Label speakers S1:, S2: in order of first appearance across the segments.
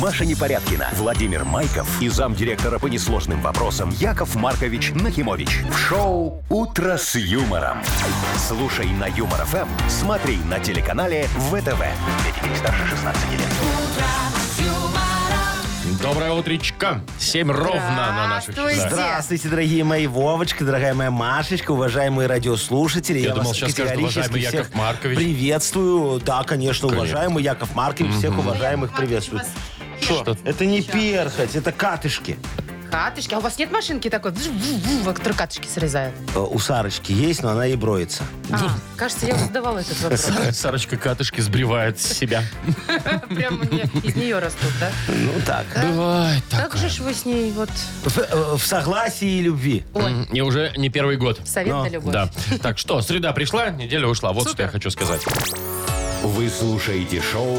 S1: Маша Непорядкина, Владимир Майков и замдиректора по несложным вопросам Яков Маркович Нахимович. В шоу «Утро с юмором». Слушай на Юмор ФМ, смотри на телеканале ВТВ. Для детей старше 16 лет.
S2: Доброе утречко. Семь ровно на наших
S3: Здравствуйте.
S2: часах.
S4: Здравствуйте, дорогие мои Вовочка, дорогая моя Машечка, уважаемые радиослушатели. Я,
S2: думал,
S4: вас
S2: сейчас скажут,
S4: категорически
S2: уважаемый
S4: всех
S2: Яков Маркович.
S4: Приветствую. Да, конечно, уважаемый Яков Маркович. Всех уважаемых приветствую.
S2: Что?
S4: Это не перхоть, это катышки.
S3: Катышки. А у вас нет машинки такой, Вжу, ву, ву, во которой катышки срезают?
S4: Э, У Сарочки есть, но она и броется.
S3: А, кажется, я задавала этот вопрос.
S2: Сарочка катышки сбривает с себя.
S3: Прямо мне из нее растут, да?
S4: Ну так.
S2: Бывает
S3: Как же ж вы с ней вот...
S4: В, э, в согласии и любви.
S3: Ой,
S2: И уже не первый год.
S3: совет на любовь.
S2: Ну, Да. Так что, среда пришла, неделя ушла. Вот что
S3: Супер.
S2: я хочу сказать.
S1: Вы слушаете шоу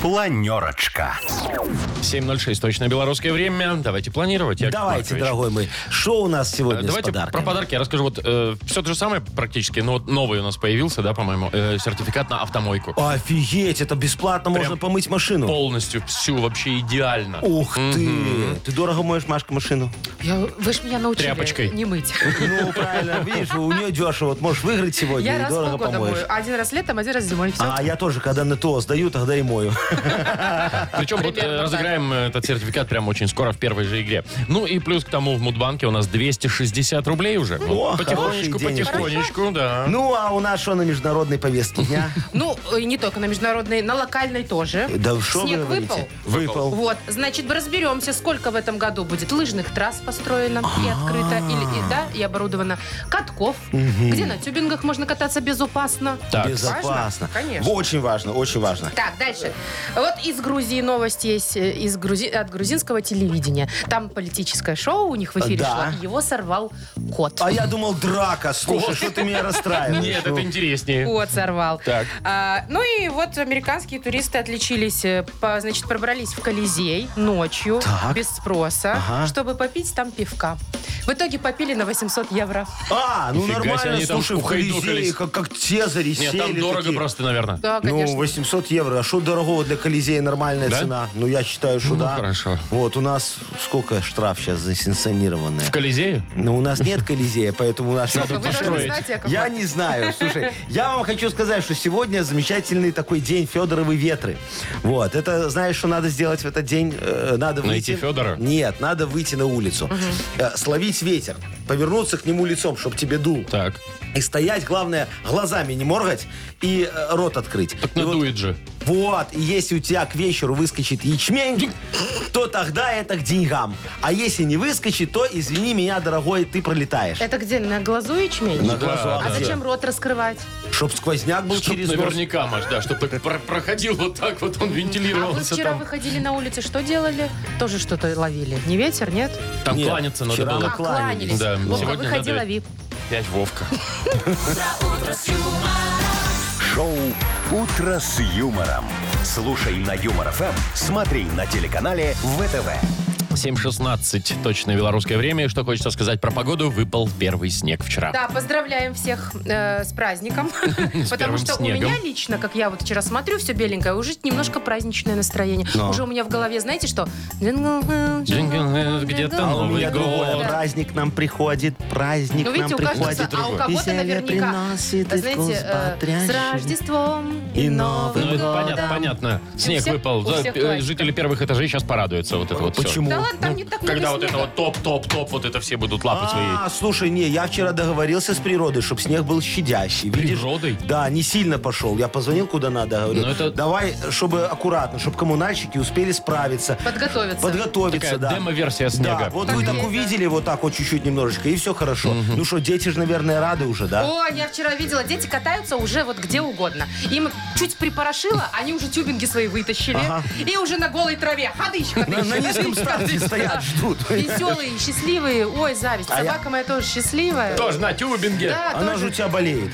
S1: Планерочка.
S2: 7.06, точно белорусское время. Давайте планировать. Яков
S4: Давайте,
S2: Маркович. Э,
S4: дорогой мой. Что у нас сегодня с
S2: Давайте про
S4: подарками?
S2: подарки я расскажу. Вот все то же самое практически, но вот новый у нас появился, да, по-моему, э, сертификат на автомойку.
S4: Офигеть, это бесплатно можно помыть машину.
S2: Полностью, всю, вообще идеально.
S4: Ух ты! Ты дорого моешь, Машка, машину?
S3: Я- Вы ж меня научили
S2: Тряпочкой.
S3: не мыть.
S4: Ну, правильно, видишь, у нее дешево. Вот можешь выиграть сегодня
S3: Я
S4: и
S3: раз в
S4: дорого
S3: полгода
S4: помоешь.
S3: мою. Один раз летом, один раз зимой. Все.
S4: А я тоже, когда на ТО сдаю, тогда и мою.
S2: Причем вот, э,
S3: Примерно так.
S2: разыграем э, этот сертификат прямо очень скоро в первой же игре. Ну и плюс к тому в Мудбанке у нас 260 рублей уже. Вот потихонечку,
S4: хорошие денежки.
S2: потихонечку, да.
S4: Ну, а у нас что на международной повестке дня?
S3: Ну, и не только на международной, на локальной тоже.
S4: Да что вы
S3: Снег выпал?
S4: говорите? Выпал.
S3: Вот, значит, разберемся, сколько в этом году будет лыжных трасс построено и открыто, или, и- да, и оборудовано, катков, где на тюбингах можно кататься безопасно.
S2: Так.
S4: Безопасно.
S3: Важно? Конечно.
S4: Очень важно, очень важно.
S3: Так, дальше. Вот из Грузии новость есть э, из Грузи... от грузинского телевидения. Там политическое шоу у них в эфире
S4: Да.
S3: шло. и Его сорвал кот.
S4: А я думал, драка. Слушай, что ты меня расстраиваешь?
S2: Нет,
S4: Ну,
S2: это интереснее.
S3: Кот сорвал.
S2: Так.
S3: А, ну и вот американские туристы отличились, э, по- значит, пробрались в Колизей ночью,
S4: Так.
S3: без спроса,
S4: Ага.
S3: чтобы попить там пивка. В итоге попили на 800 евро.
S4: А, ну
S2: Нифига себе,
S4: нормально,
S2: они там
S4: слушай, в
S2: ухайдукались.
S4: Колизее, как, как Цезарь и
S2: Нет, там
S4: сели
S2: дорого
S4: такие.
S2: просто, наверное.
S3: Да,
S4: Ну,
S3: конечно.
S4: 800 евро. А что дорогого для Колизея нормальная
S2: Да?
S4: цена? Ну, я считаю, что
S2: Ну,
S4: да.
S2: хорошо.
S4: Вот у нас сколько штраф сейчас за санкционированное?
S2: В Колизее?
S4: Ну, у нас нет Колизея, поэтому у нас...
S2: Надо
S3: Вы должны
S2: построить.
S3: знать, Яков
S4: Я
S3: Маркович.
S4: не знаю. Слушай, я вам хочу сказать, что сегодня замечательный такой день Федоровы ветры. Вот. Это, знаешь, что надо сделать в этот день? Э, Надо
S2: Найти
S4: выйти...
S2: Федора?
S4: Нет, надо выйти на улицу. Э, Словить ветер. Повернуться к нему лицом, чтобы тебе дул.
S2: Так.
S4: И стоять, главное, глазами не моргать и э, рот открыть.
S2: Так
S4: И вот
S2: надует же.
S4: вот, и если у тебя к вечеру выскочит ячмень, то тогда это к деньгам. А если не выскочит, то, извини меня, дорогой, ты пролетаешь.
S3: Это где, на глазу ячмень?
S4: На глазу
S2: да,
S3: А
S4: открыл.
S3: зачем рот раскрывать?
S4: Чтоб сквозняк был
S2: Чтоб
S4: через Э, нос.
S2: наверняка, Маш, да, чтобы так про- проходил вот так вот, он
S3: А вы
S2: вентилировался
S3: вчера
S2: там.
S3: выходили на улицу, что делали? Тоже что-то ловили. Не ветер, нет? А,
S2: Там
S4: Нет,
S2: кланяться надо
S4: вчера
S2: было.
S4: мы- кланялись.
S2: Да,
S3: Вовка,
S2: сегодня
S3: выходи,
S2: надо-
S3: лови.
S2: Опять Вовка.
S1: Шоу «Утро с юмором». Слушай на Юмор ФМ, смотри на телеканале ВТВ.
S2: 7.16, точно белорусское время. И Что хочется сказать про погоду, выпал первый снег вчера.
S3: Да, поздравляем всех э, с праздником. Потому
S2: первым
S3: что у
S2: снегом.
S3: меня лично, как я вот вчера смотрю, все беленькое, уже немножко праздничное настроение.
S4: Но.
S3: Уже у меня в голове, знаете что?
S2: Джингл, э, где-то
S4: А у
S2: Новый
S4: меня другое.
S2: год.
S4: праздник нам приходит, праздник
S3: Ну, видите, у
S4: нам
S3: каждого,
S4: приходит.
S3: со- а у кого-то
S4: Веселье
S3: наверняка,
S4: приносит и вкус
S3: знаете, э, с
S4: бодрящий.
S3: Рождеством
S4: И
S3: и
S4: Новым
S3: Новым
S2: Ну, это
S3: годом.
S2: понятно, понятно. Снег
S3: всех-
S2: выпал.
S3: у
S2: Да,
S3: всех
S2: э,
S3: классика.
S2: жители первых этажей сейчас порадуются. Вот это вот всё.
S4: Почему? Ну,
S3: Да ладно, там не так много
S2: Ну, Когда вот это
S3: снега.
S2: вот топ-топ-топ, вот это все будут лапы свои.
S4: А, слушай, не, я вчера договорился с природой, чтобы снег был щадящий. Видишь?
S2: Природой?
S4: Да, не сильно пошел. Я позвонил куда надо, говорю,
S2: Но это-
S4: давай, чтобы аккуратно, чтобы коммунальщики успели справиться.
S3: Подготовиться.
S4: Подготовиться,
S2: Такая
S4: да.
S2: демо-версия снега.
S4: Да, вот вы так
S3: есть, да.
S4: увидели, вот так вот чуть-чуть немножечко, и все хорошо. Ну что, дети же, наверное, рады уже, да?
S3: О, я вчера видела, дети катаются уже вот где угодно. Им чуть припорошило, они уже тюбинги свои вытащили. И уже на голой траве. Ходыщ, ходыщ.
S4: На, на низком
S3: ходыщ,
S4: старте
S3: ходыщ, да.
S4: стоят, ждут.
S3: Веселые, счастливые. Ой, зависть.
S4: А я-
S3: Собака моя тоже счастливая.
S2: Тоже на тюбинге.
S3: Да,
S4: Она
S3: тоже.
S4: же у тебя болеет.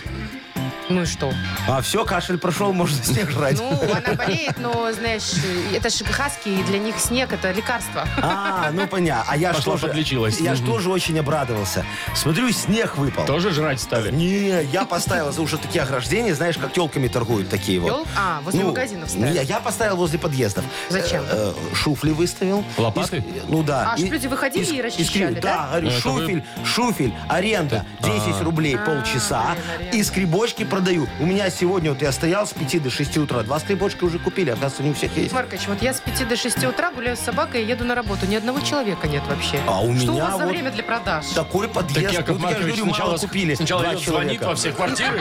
S3: Ну и что?
S4: А все, кашель прошел, можно снег жрать.
S3: Ну, она болеет, но, знаешь, это же хаски, и для них снег – это лекарство.
S4: А, ну понятно. А я
S2: Пошла
S4: что же,
S2: подлечилась.
S4: я ж
S2: Мгм.
S4: тоже очень обрадовался. Смотрю, снег выпал.
S2: Тоже жрать стали?
S4: Не, я поставил за уже такие ограждения, знаешь, как телками торгуют такие вот. Ну,
S3: Ёл- А, возле магазинов
S4: не,
S3: ставят.
S4: я поставил возле подъездов.
S3: Зачем?
S4: Э, э, шуфли выставил.
S2: Лопаты?
S4: Иск- ну да.
S3: А, чтоб люди выходили и расчищали,
S4: скри-
S3: да?
S4: говорю,
S2: Ну, это вы- А.
S4: шуфель, шуфель, аренда, 10 рублей полчаса.
S3: А, блин, аренда.
S4: И скребочки продаю. У меня сегодня, вот я стоял с 5 до 6 утра, два скребочка уже купили, оказывается, они у всех есть.
S3: Маркович, вот я с 5 до 6 утра гуляю с собакой и еду на работу. Ни одного человека нет вообще.
S4: А у
S3: Что у
S4: меня
S3: вас за
S4: вот
S3: время для продаж?
S4: Такой
S2: Так Яков
S4: подъезд. Ну, я же
S2: Маркович
S4: говорю, мало
S2: сначала,
S4: купили.
S2: сначала
S4: Два
S2: идет, звонит
S4: человека.
S2: во все квартиры.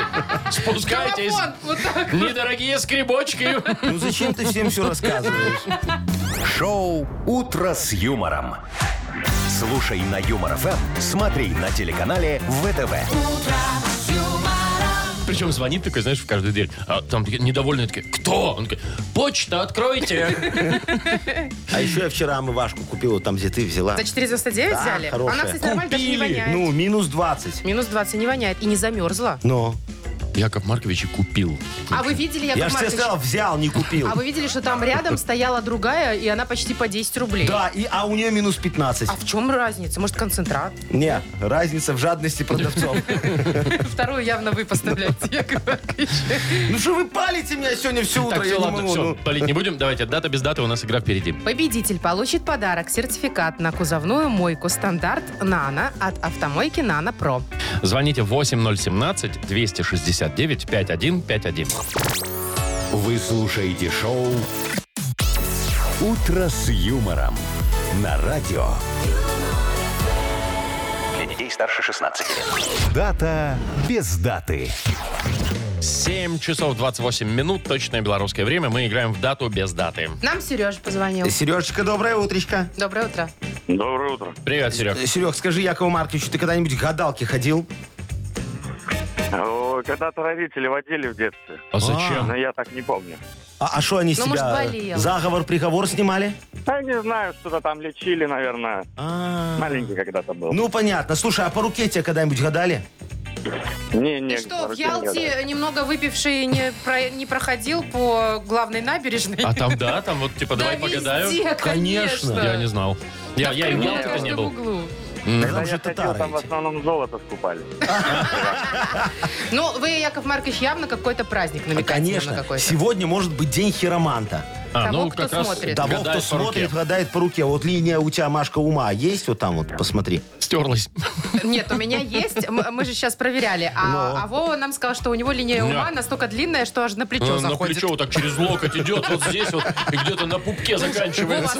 S2: Спускайтесь.
S3: Домофон, вот так.
S2: Недорогие скребочки.
S4: Ну зачем ты всем все рассказываешь?
S1: Шоу «Утро с юмором». Слушай на Юмор ФМ, смотри на телеканале ВТВ.
S2: Причем звонит такой, знаешь, в каждую дверь. А там такие недовольные такие, кто? Он такой, почта, откройте.
S4: А еще я вчера омывашку купил, вот там, где ты взяла.
S3: За 4,99
S4: Да,
S3: взяли? А
S4: хорошая.
S3: Она, кстати, нормально даже не
S2: Купили.
S3: воняет.
S4: Ну, минус 20.
S3: Минус 20 не воняет. И не замерзла.
S4: Но.
S2: Яков Маркович и купил.
S3: А вы видели, Яков
S4: Я же тебе
S3: Маркович,
S4: сказал, взял, не купил.
S3: А вы видели, что там рядом стояла другая, и она почти по 10 рублей?
S4: Да, и, а у нее минус 15.
S3: А в чем разница? Может, концентрат?
S4: Не, разница в жадности продавцов.
S3: Вторую явно вы поставляете, Яков Маркович.
S4: Ну что вы палите меня сегодня все утро?
S2: Так,
S4: я
S2: все,
S4: не
S2: ладно,
S4: могу,
S2: все,
S4: ну.
S2: палить не будем. Давайте, дата без даты, у нас игра впереди.
S3: Победитель получит подарок, сертификат на кузовную мойку стандарт «Нано» от автомойки «Нано Про».
S2: Звоните 8017-269-5151.
S1: Вы слушаете шоу «Утро с юмором» на радио. Для детей старше 16 лет. Дата без даты.
S2: 7 часов 28 минут, точное белорусское время. Мы играем в дату без даты.
S3: Нам Сереж позвонил.
S4: Сережечка, ну. доброе утречко.
S3: Доброе утро.
S5: Доброе утро.
S2: Привет, Серег.
S4: Э, Серег, скажи, Якову Марковичу, ты когда-нибудь к гадалке ходил?
S5: О, Когда-то родители водили в детстве,
S2: А зачем?
S5: но я так не помню.
S4: А что они с
S3: Ну,
S4: тебя?
S3: может, болел.
S4: Заговор, приговор снимали?
S5: А Я не знаю, что-то там лечили, наверное.
S4: А.
S5: Маленький когда-то был.
S4: Ну, понятно. Слушай, а по руке тебя когда-нибудь гадали? Ну,
S5: не, не,
S3: Ты что, в
S5: короче, не гадаю.
S3: Ялте немного выпивший не, про- не проходил по главной набережной?
S2: А там, да, там вот типа давай
S3: Да
S2: погадаю.
S3: везде, конечно.
S4: Конечно.
S2: Я не знал. Я, я и в
S3: Кругом,
S5: Ялте-то
S2: Ялте-то не
S3: на каждом
S2: был.
S3: углу.
S4: Тогда
S5: Да
S4: уже
S5: я ходил,
S4: татары
S5: там в
S4: эти.
S5: основном золото скупали.
S3: Ну, вы, Яков Маркович, явно какой-то праздник
S4: А,
S3: намекаете. на
S4: Конечно.
S3: какой-то.
S4: Сегодня может быть день хироманта.
S2: А,
S3: Того,
S2: ну
S3: кто
S2: как раз
S3: смотрит.
S2: гадает
S4: Того,
S2: по
S4: кто смотрит,
S2: руке.
S4: гадает по руке. Вот линия у тебя, Машка, ума есть вот там вот, посмотри.
S2: Стерлась.
S3: Нет, у меня есть. М- Мы же сейчас проверяли.
S4: Ну.
S3: А, а Вова нам сказал, что у него линия
S2: Да.
S3: ума настолько длинная, что аж на плечо
S2: Э, На
S3: заходит.
S2: плечо вот так через локоть идет, вот здесь вот, и где-то на пупке
S3: Вова,
S2: заканчивается.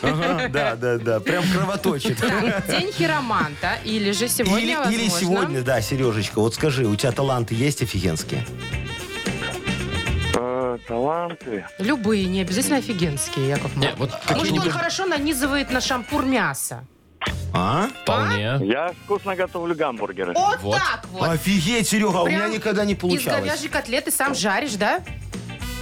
S4: Ага, да, да, да. Прям кровоточит.
S3: Так, День хироманта. Или же сегодня,
S4: Или,
S3: возможно.
S4: или сегодня, да, Сережечка, вот скажи, у тебя таланты есть офигенские?
S5: Э, Таланты.
S3: Любые, не обязательно офигенские, Яков
S2: Не,
S3: Маркович.
S2: вот
S3: а Может, он
S2: какие-нибудь
S3: хорошо нанизывает на шампур мясо.
S4: А?
S2: вполне.
S5: Я вкусно готовлю гамбургеры.
S3: Вот,
S2: Вот.
S3: так вот.
S4: Офигеть, Серега, у меня
S3: Прям
S4: никогда не
S3: Из
S4: А, получалось.
S3: говяжьей котлеты сам жаришь, да?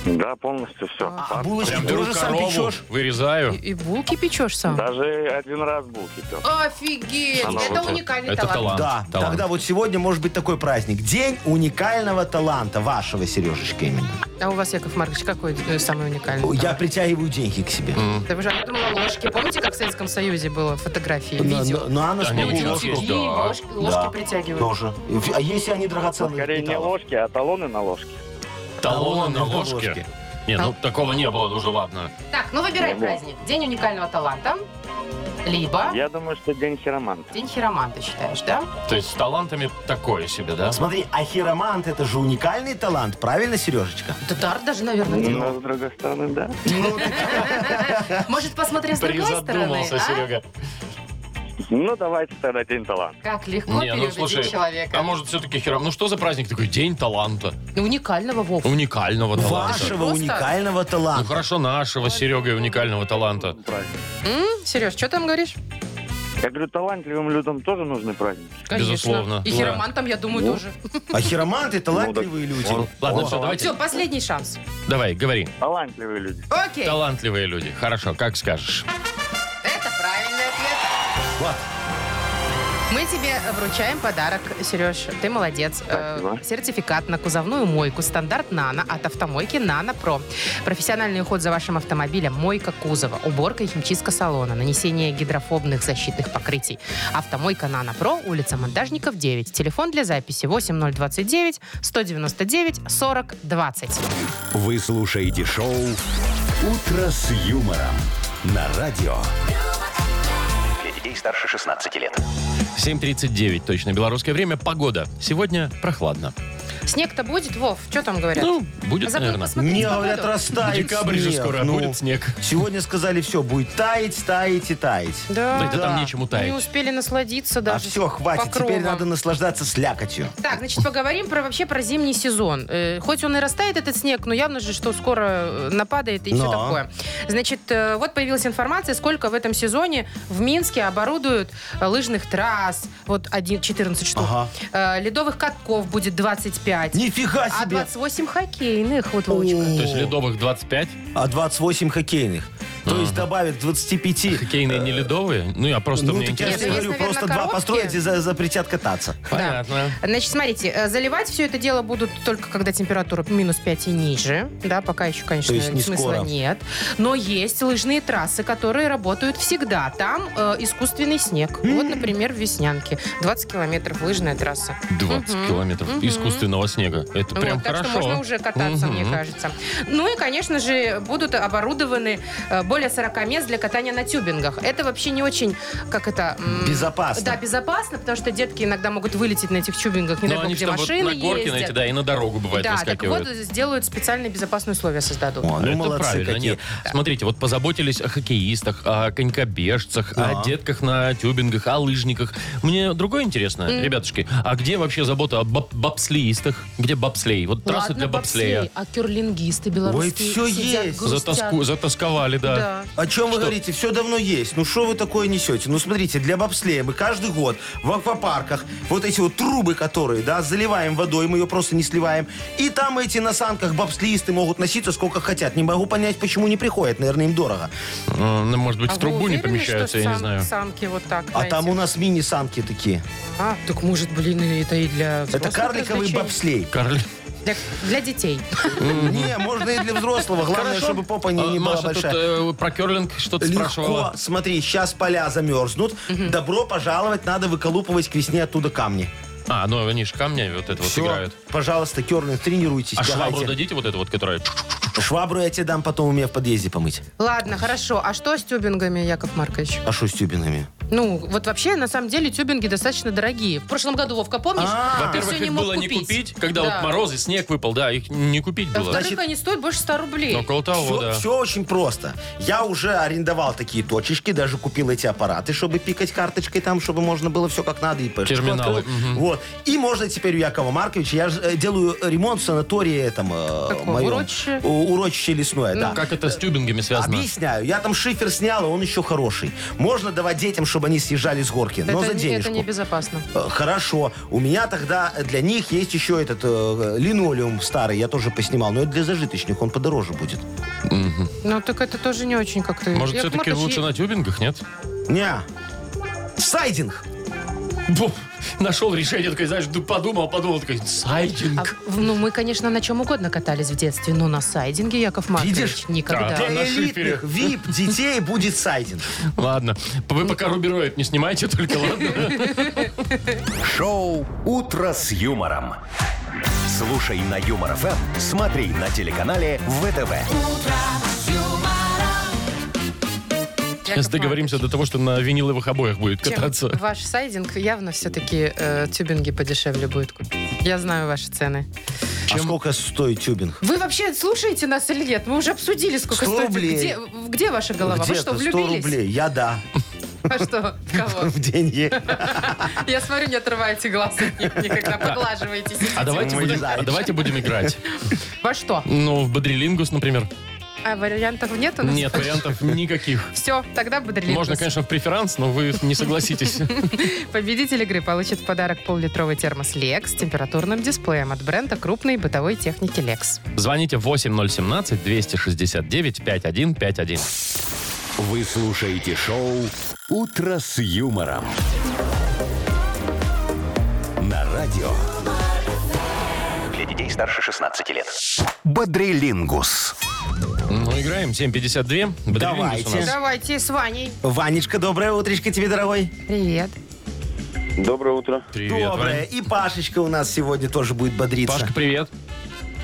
S5: Да, полностью все.
S4: А булочки
S2: Прям беру
S4: тоже сам
S2: корову,
S4: печешь?
S3: И,
S2: вырезаю.
S3: и булки печешь сам.
S5: А, Даже один раз был кипел.
S3: Офигеть!
S5: Оно
S3: это
S5: вот это.
S3: уникальный
S2: Это
S3: талант.
S2: талант.
S4: Да,
S2: Талант.
S4: тогда вот сегодня может быть такой праздник. День уникального таланта вашего, Сережечка, именно.
S3: А у вас, Яков Маркович, какой э, самый уникальный?
S4: Я
S3: талант?
S4: притягиваю деньги к себе.
S3: Да вы же, а я думала, ложки. Помните, как в Советском Союзе было фотографии,
S4: На- на-
S3: видео?
S4: на ночь
S2: Да,
S4: могу
S2: ничего
S4: ложку.
S2: себе.
S3: Утюги,
S2: да.
S3: ложки, ложки
S4: Да.
S3: притягивают.
S4: Тоже. А если они драгоценные?
S5: Скорее не
S4: металлы?
S5: ложки, а талоны на ложки.
S2: Талоны на ложке. Не, ну такого не было, ну уже ладно.
S3: Так, ну выбирай
S5: Ну, да.
S3: праздник. День уникального таланта, либо
S5: Я думаю, что день хироманта.
S3: День хироманта, считаешь, да?
S2: То есть с талантами такое себе, да?
S4: Смотри, а хиромант это же уникальный талант, правильно, Сережечка?
S3: Татар даже, наверное,
S2: Ну.
S3: делал.
S5: Но, Ну, с другой стороны, да.
S3: Может, посмотрим с другой стороны,
S2: Призадумался,
S3: а?
S2: Серега.
S5: Ну, давайте тогда день таланта.
S3: Как легко
S2: Не, ну
S3: переубедить
S2: слушай,
S3: человека.
S2: а может все-таки хером? Ну что за праздник такой? День таланта.
S3: Ну, уникального, Вов.
S2: Уникального таланта.
S4: Вашего
S3: Просто-
S4: уникального
S2: Ну
S4: таланта.
S2: хорошо, нашего с Серегой уникального таланта.
S5: Праздник.
S3: Сереж, что там говоришь?
S5: Я говорю, талантливым людям тоже нужны праздники.
S2: Безусловно.
S3: И
S2: Да. Ну,
S3: хиромантам, я думаю, тоже.
S4: А хироманты талантливые люди.
S2: Ладно,
S5: О,
S2: все,
S3: Все,
S2: давайте.
S3: последний шанс.
S2: Давай, говори.
S5: Талантливые люди.
S3: Окей.
S2: Талантливые люди. Хорошо, как скажешь.
S3: Это правильный ответ.
S4: Вот.
S3: Мы тебе вручаем подарок, Сереж. Ты молодец. Э,
S5: Спасибо.
S3: Сертификат на кузовную мойку стандарт «Нано» от автомойки «Нано Про». Профессиональный уход за вашим автомобилем, мойка кузова, уборка и химчистка салона, нанесение гидрофобных защитных покрытий. Автомойка «Нано Про», улица Монтажников, 9. Телефон для записи 8029 199 40 20.
S1: Вы слушаете шоу «Утро с юмором» на радио. Для детей старше 16 лет.
S2: 7.39, точно белорусское время. Погода. Сегодня прохладно.
S3: Снег-то будет, Вов? Что там говорят?
S2: Ну, будет,
S3: Забыл
S2: наверное.
S3: посмотреть
S4: Не,
S3: погоду?
S4: говорят, растает
S2: Декабрь же
S4: снег.
S2: скоро, а
S4: Ну,
S2: будет снег.
S4: Сегодня сказали, все, будет таять, таять и таять.
S3: Да.
S2: Да, это там нечему
S3: Не
S2: таять.
S3: успели насладиться даже.
S4: а все, хватит, теперь
S3: покровом.
S4: надо наслаждаться слякотью.
S3: Так, значит, поговорим про вообще про зимний сезон. Э, хоть он и растает, этот снег, но явно же, что скоро э, нападает и все
S4: Но.
S3: такое. Значит, э, вот появилась информация, сколько в этом сезоне в Минске оборудуют э, лыжных трасс. Вот один- 14 штук.
S4: Ага.
S3: Э, ледовых катков будет 25.
S4: Нифига
S3: а
S4: себе!
S3: 28 хоккейных, вот, Вовочка.
S2: То есть ледовых 25,
S4: А 28 хоккейных. То есть добавят к 25.
S2: хоккейные не ледовые. Ну, я просто
S4: э, Ну,
S2: мне
S4: так я же
S2: интересно.
S3: Нет, ну,
S4: говорю,
S3: есть,
S4: просто
S3: наверное,
S4: два
S3: коробки.
S4: построить и за- запретят кататься.
S2: Понятно.
S3: Значит, смотрите, э, заливать все это дело будут только когда температура минус 5 и ниже. Да, пока еще, конечно,
S4: То есть не
S3: смысла
S4: скоро.
S3: нет. Но есть лыжные трассы, которые работают всегда. Там э, искусственный снег. Вот, например, в Веснянке. 20 километров лыжная трасса.
S2: 20
S3: Мгм.
S2: километров
S3: Мгм.
S2: искусственного снега. Это прям
S3: Вот, так
S2: хорошо.
S3: что можно уже кататься, мне
S2: Мгм.
S3: кажется. Ну и, конечно же, будут оборудованы э, более 40 мест для катания на тюбингах. Это вообще не очень, как это... м,
S4: Безопасно.
S3: Да, безопасно, потому что детки иногда могут вылететь на этих тюбингах, не
S2: Но
S3: дай бог,
S2: Ну, а они
S3: где
S2: же там вот
S3: машины
S2: на горке
S3: ездят.
S2: на эти, да, и на дорогу бывает
S3: Да, так вот, э,
S2: выскакивают.
S3: сделают специальные безопасные условия, создадут.
S4: О, ну
S2: Это
S4: молодцы
S2: правильно,
S4: какие.
S2: нет. Смотрите, вот позаботились о хоккеистах, о конькобежцах, о детках на тюбингах, о лыжниках. Мне другое интересно, ребятушки, а где вообще забота о боб- бобслеистах? Где бобслей? Вот трассы для бобслея.
S3: а кюрлингисты белорусские
S4: Ой, всё
S3: сидят,
S4: есть.
S3: грустят.
S2: Затаску- Затасковали, да.
S3: а Да.
S4: О чем вы говорите? Все давно есть. Ну что вы такое несете? Ну смотрите, для бобслея мы каждый год в аквапарках вот эти вот трубы, которые, да, заливаем водой, мы ее просто не сливаем. И там эти на санках бобслеисты могут носиться сколько хотят. Не могу понять, почему не приходят. Наверное, им дорого.
S2: Э, ну, Может быть,
S3: А
S2: в
S3: вы
S2: трубу не
S3: уверены,
S2: помещаются,
S3: что
S2: я не
S3: сам-
S2: знаю.
S3: самки вот так,
S4: А там у
S3: знаете?
S4: нас мини-санки такие.
S3: А, так может, блин, и это и для
S4: Это
S3: взрослых
S4: карликовый
S3: развлечений?
S4: бобслей.
S2: Карли-
S3: Для, для детей.
S4: Не, можно и для взрослого. Главное,
S2: Хорошо.
S4: чтобы попа не
S2: Э,
S4: не была
S2: Маша тут
S4: большая.
S2: э, про керлинг что-то
S4: Легко.
S2: спрашивала.
S4: Смотри, сейчас поля замерзнут. Добро пожаловать, надо выколупывать к весне оттуда камни.
S2: А, ну они же камни вот это вот
S4: Все,
S2: играют.
S4: пожалуйста, керлинг, тренируйтесь.
S2: А швабру
S4: давайте.
S2: дадите вот эту вот, которая...
S4: Швабру я тебе дам потом у меня в подъезде помыть.
S3: Ладно, хорошо. А что с тюбингами, Яков Маркович?
S4: А что с тюбинами?
S3: Ну, вот вообще, на самом деле, тюбинги достаточно дорогие. В прошлом году, Вовка, помнишь?
S4: А,
S3: Ты
S2: Во-первых,
S3: всё не
S2: их
S3: мог
S2: было не купить, когда
S3: Да.
S2: вот морозы, снег выпал, да, их не купить
S3: А
S2: было.
S3: Во-вторых,
S4: Значит-
S3: они стоят больше 100 рублей.
S2: Ну, около того,
S4: все,
S2: да.
S4: очень просто. Я уже арендовал такие точечки, даже купил эти аппараты, чтобы пикать карточкой там, чтобы можно было все как надо. И пешку
S2: Терминалы,
S4: открыл.
S2: мгм.
S4: Вот. И можно теперь у Якова Марковича, я ж, э, делаю ремонт в санатории этом, э,
S3: Каком?
S4: моем.
S3: Урочище?
S4: У- урочище лесное, да.
S2: Ну, Как это с тюбингами связано?
S4: Объясняю, я там шифер снял, и он еще хороший. Можно давать детям, чтобы они съезжали с горки,
S3: это,
S4: но за
S3: не-
S4: денежку.
S3: это небезопасно.
S4: Э, Хорошо. У меня тогда для них есть еще этот э, линолеум старый, я тоже поснимал, но это для зажиточных, он подороже будет.
S3: Ну, так это тоже не очень как-то...
S2: Может,
S3: Яков
S2: все-таки
S3: Маркович,
S2: лучше
S3: и-
S2: на тюбингах, нет?
S4: Не. Сайдинг.
S2: Бу, Нашел решение, такой, знаешь, ду- подумал, подумал, такой,
S3: А,
S2: сайдинг.
S3: в- ну, мы, конечно, на чем угодно катались в детстве, но на сайдинге, Яков Маркович,
S4: Видишь?
S3: никогда.
S2: Да. А на
S4: Для
S2: шифере?
S4: элитных VIP детей будет сайдинг.
S2: Ладно, вы пока рубероид не снимайте только, ладно?
S1: Шоу «Утро с юмором». Слушай на Юмор ФМ, смотри на телеканале ВТВ.
S2: Сейчас договоримся до того, что на виниловых обоях будет
S3: Чем
S2: кататься.
S3: Ваш сайдинг явно все-таки э, тюбинги подешевле будет купить. Я знаю ваши цены.
S4: А сколько стоит тюбинг?
S3: Вы вообще слушаете нас или нет? Мы уже обсудили, сколько
S4: 100
S3: стоит.
S4: рублей.
S3: Где, где ваша голова? а Вы что,
S4: Где-то 100
S3: влюбились?
S4: рублей. Я да.
S3: А что? В кого?
S4: В деньги.
S3: Я смотрю, не отрываете глаз от них никогда, поглаживаете. сидите.
S2: А давайте,
S4: Мой
S2: будем, а
S4: зайчик.
S2: давайте будем играть.
S3: Во что?
S2: Ну, в бодрилингус, например.
S3: А вариантов нет у нас?
S2: Нет вариантов никаких.
S3: Все, тогда бодрелингус.
S2: Можно, конечно, в преферанс, но вы не согласитесь.
S3: Победитель игры получит в подарок пол-литровый термос Lex с температурным дисплеем от бренда крупной бытовой техники Lex.
S2: Звоните 8017-269-5151.
S1: Вы слушаете шоу «Утро с юмором» радио.
S6: Для детей старше 16 лет.
S1: Бодрилингус.
S2: Ну, играем. 7.52. Бодрилингус
S4: Давайте.
S2: у нас.
S3: Давайте с Ваней.
S4: Ванечка, доброе утречко тебе, дорогой.
S3: Привет.
S5: Доброе утро.
S2: Привет,
S4: доброе.
S2: Вань.
S4: И Пашечка у нас сегодня тоже будет бодриться.
S2: Пашка, привет.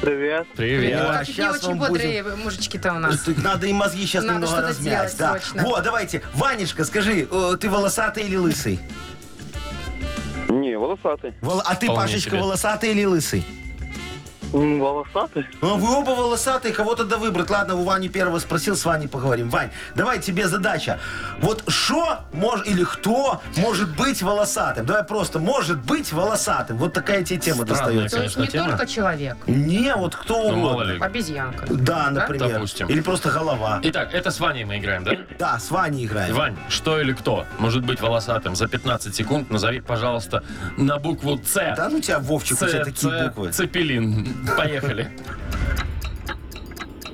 S5: Привет.
S2: Привет.
S4: А,
S3: Ну, Как тут не
S4: щас
S3: очень
S4: вам
S3: бодрые мужички-то у нас.
S4: Тут Надо и мозги сейчас
S3: Надо
S4: немного
S3: что-то
S4: размять.
S3: делать
S4: да.
S3: срочно.
S4: Во, давайте. Ванечка, скажи, э, ты волосатый или лысый?
S5: Не, волосатый.
S4: Вол- А ты,
S2: Вполне
S4: Пашечка,
S2: себе.
S4: волосатый или лысый?
S5: М, Волосатый?
S4: Ну, вы оба волосатые, кого-то да выбрать. Ладно, у Вани первого спросил, с Ваней поговорим. Вань, давай тебе задача. Вот что мож... или кто может быть волосатым? Давай просто, может быть волосатым. Вот такая тебе тема
S2: Странная,
S4: достается.
S3: То есть
S2: конечно,
S3: не
S2: тема.
S3: только человек, а
S4: Не, вот кто
S2: Ну,
S4: угодно.
S2: мало ли.
S3: обезьянка.
S4: Да, например.
S2: Допустим.
S4: Или просто голова.
S2: Итак, это с Ваней мы играем, да?
S4: Да, с Ваней играем.
S2: Вань, что или кто может быть волосатым? За 15 секунд назови, пожалуйста, на букву «Ц».
S4: Да ну тебя, Вовчик, у тебя
S2: «Ц», «Ц»,
S4: такие буквы.
S2: «Цепелин». Поехали.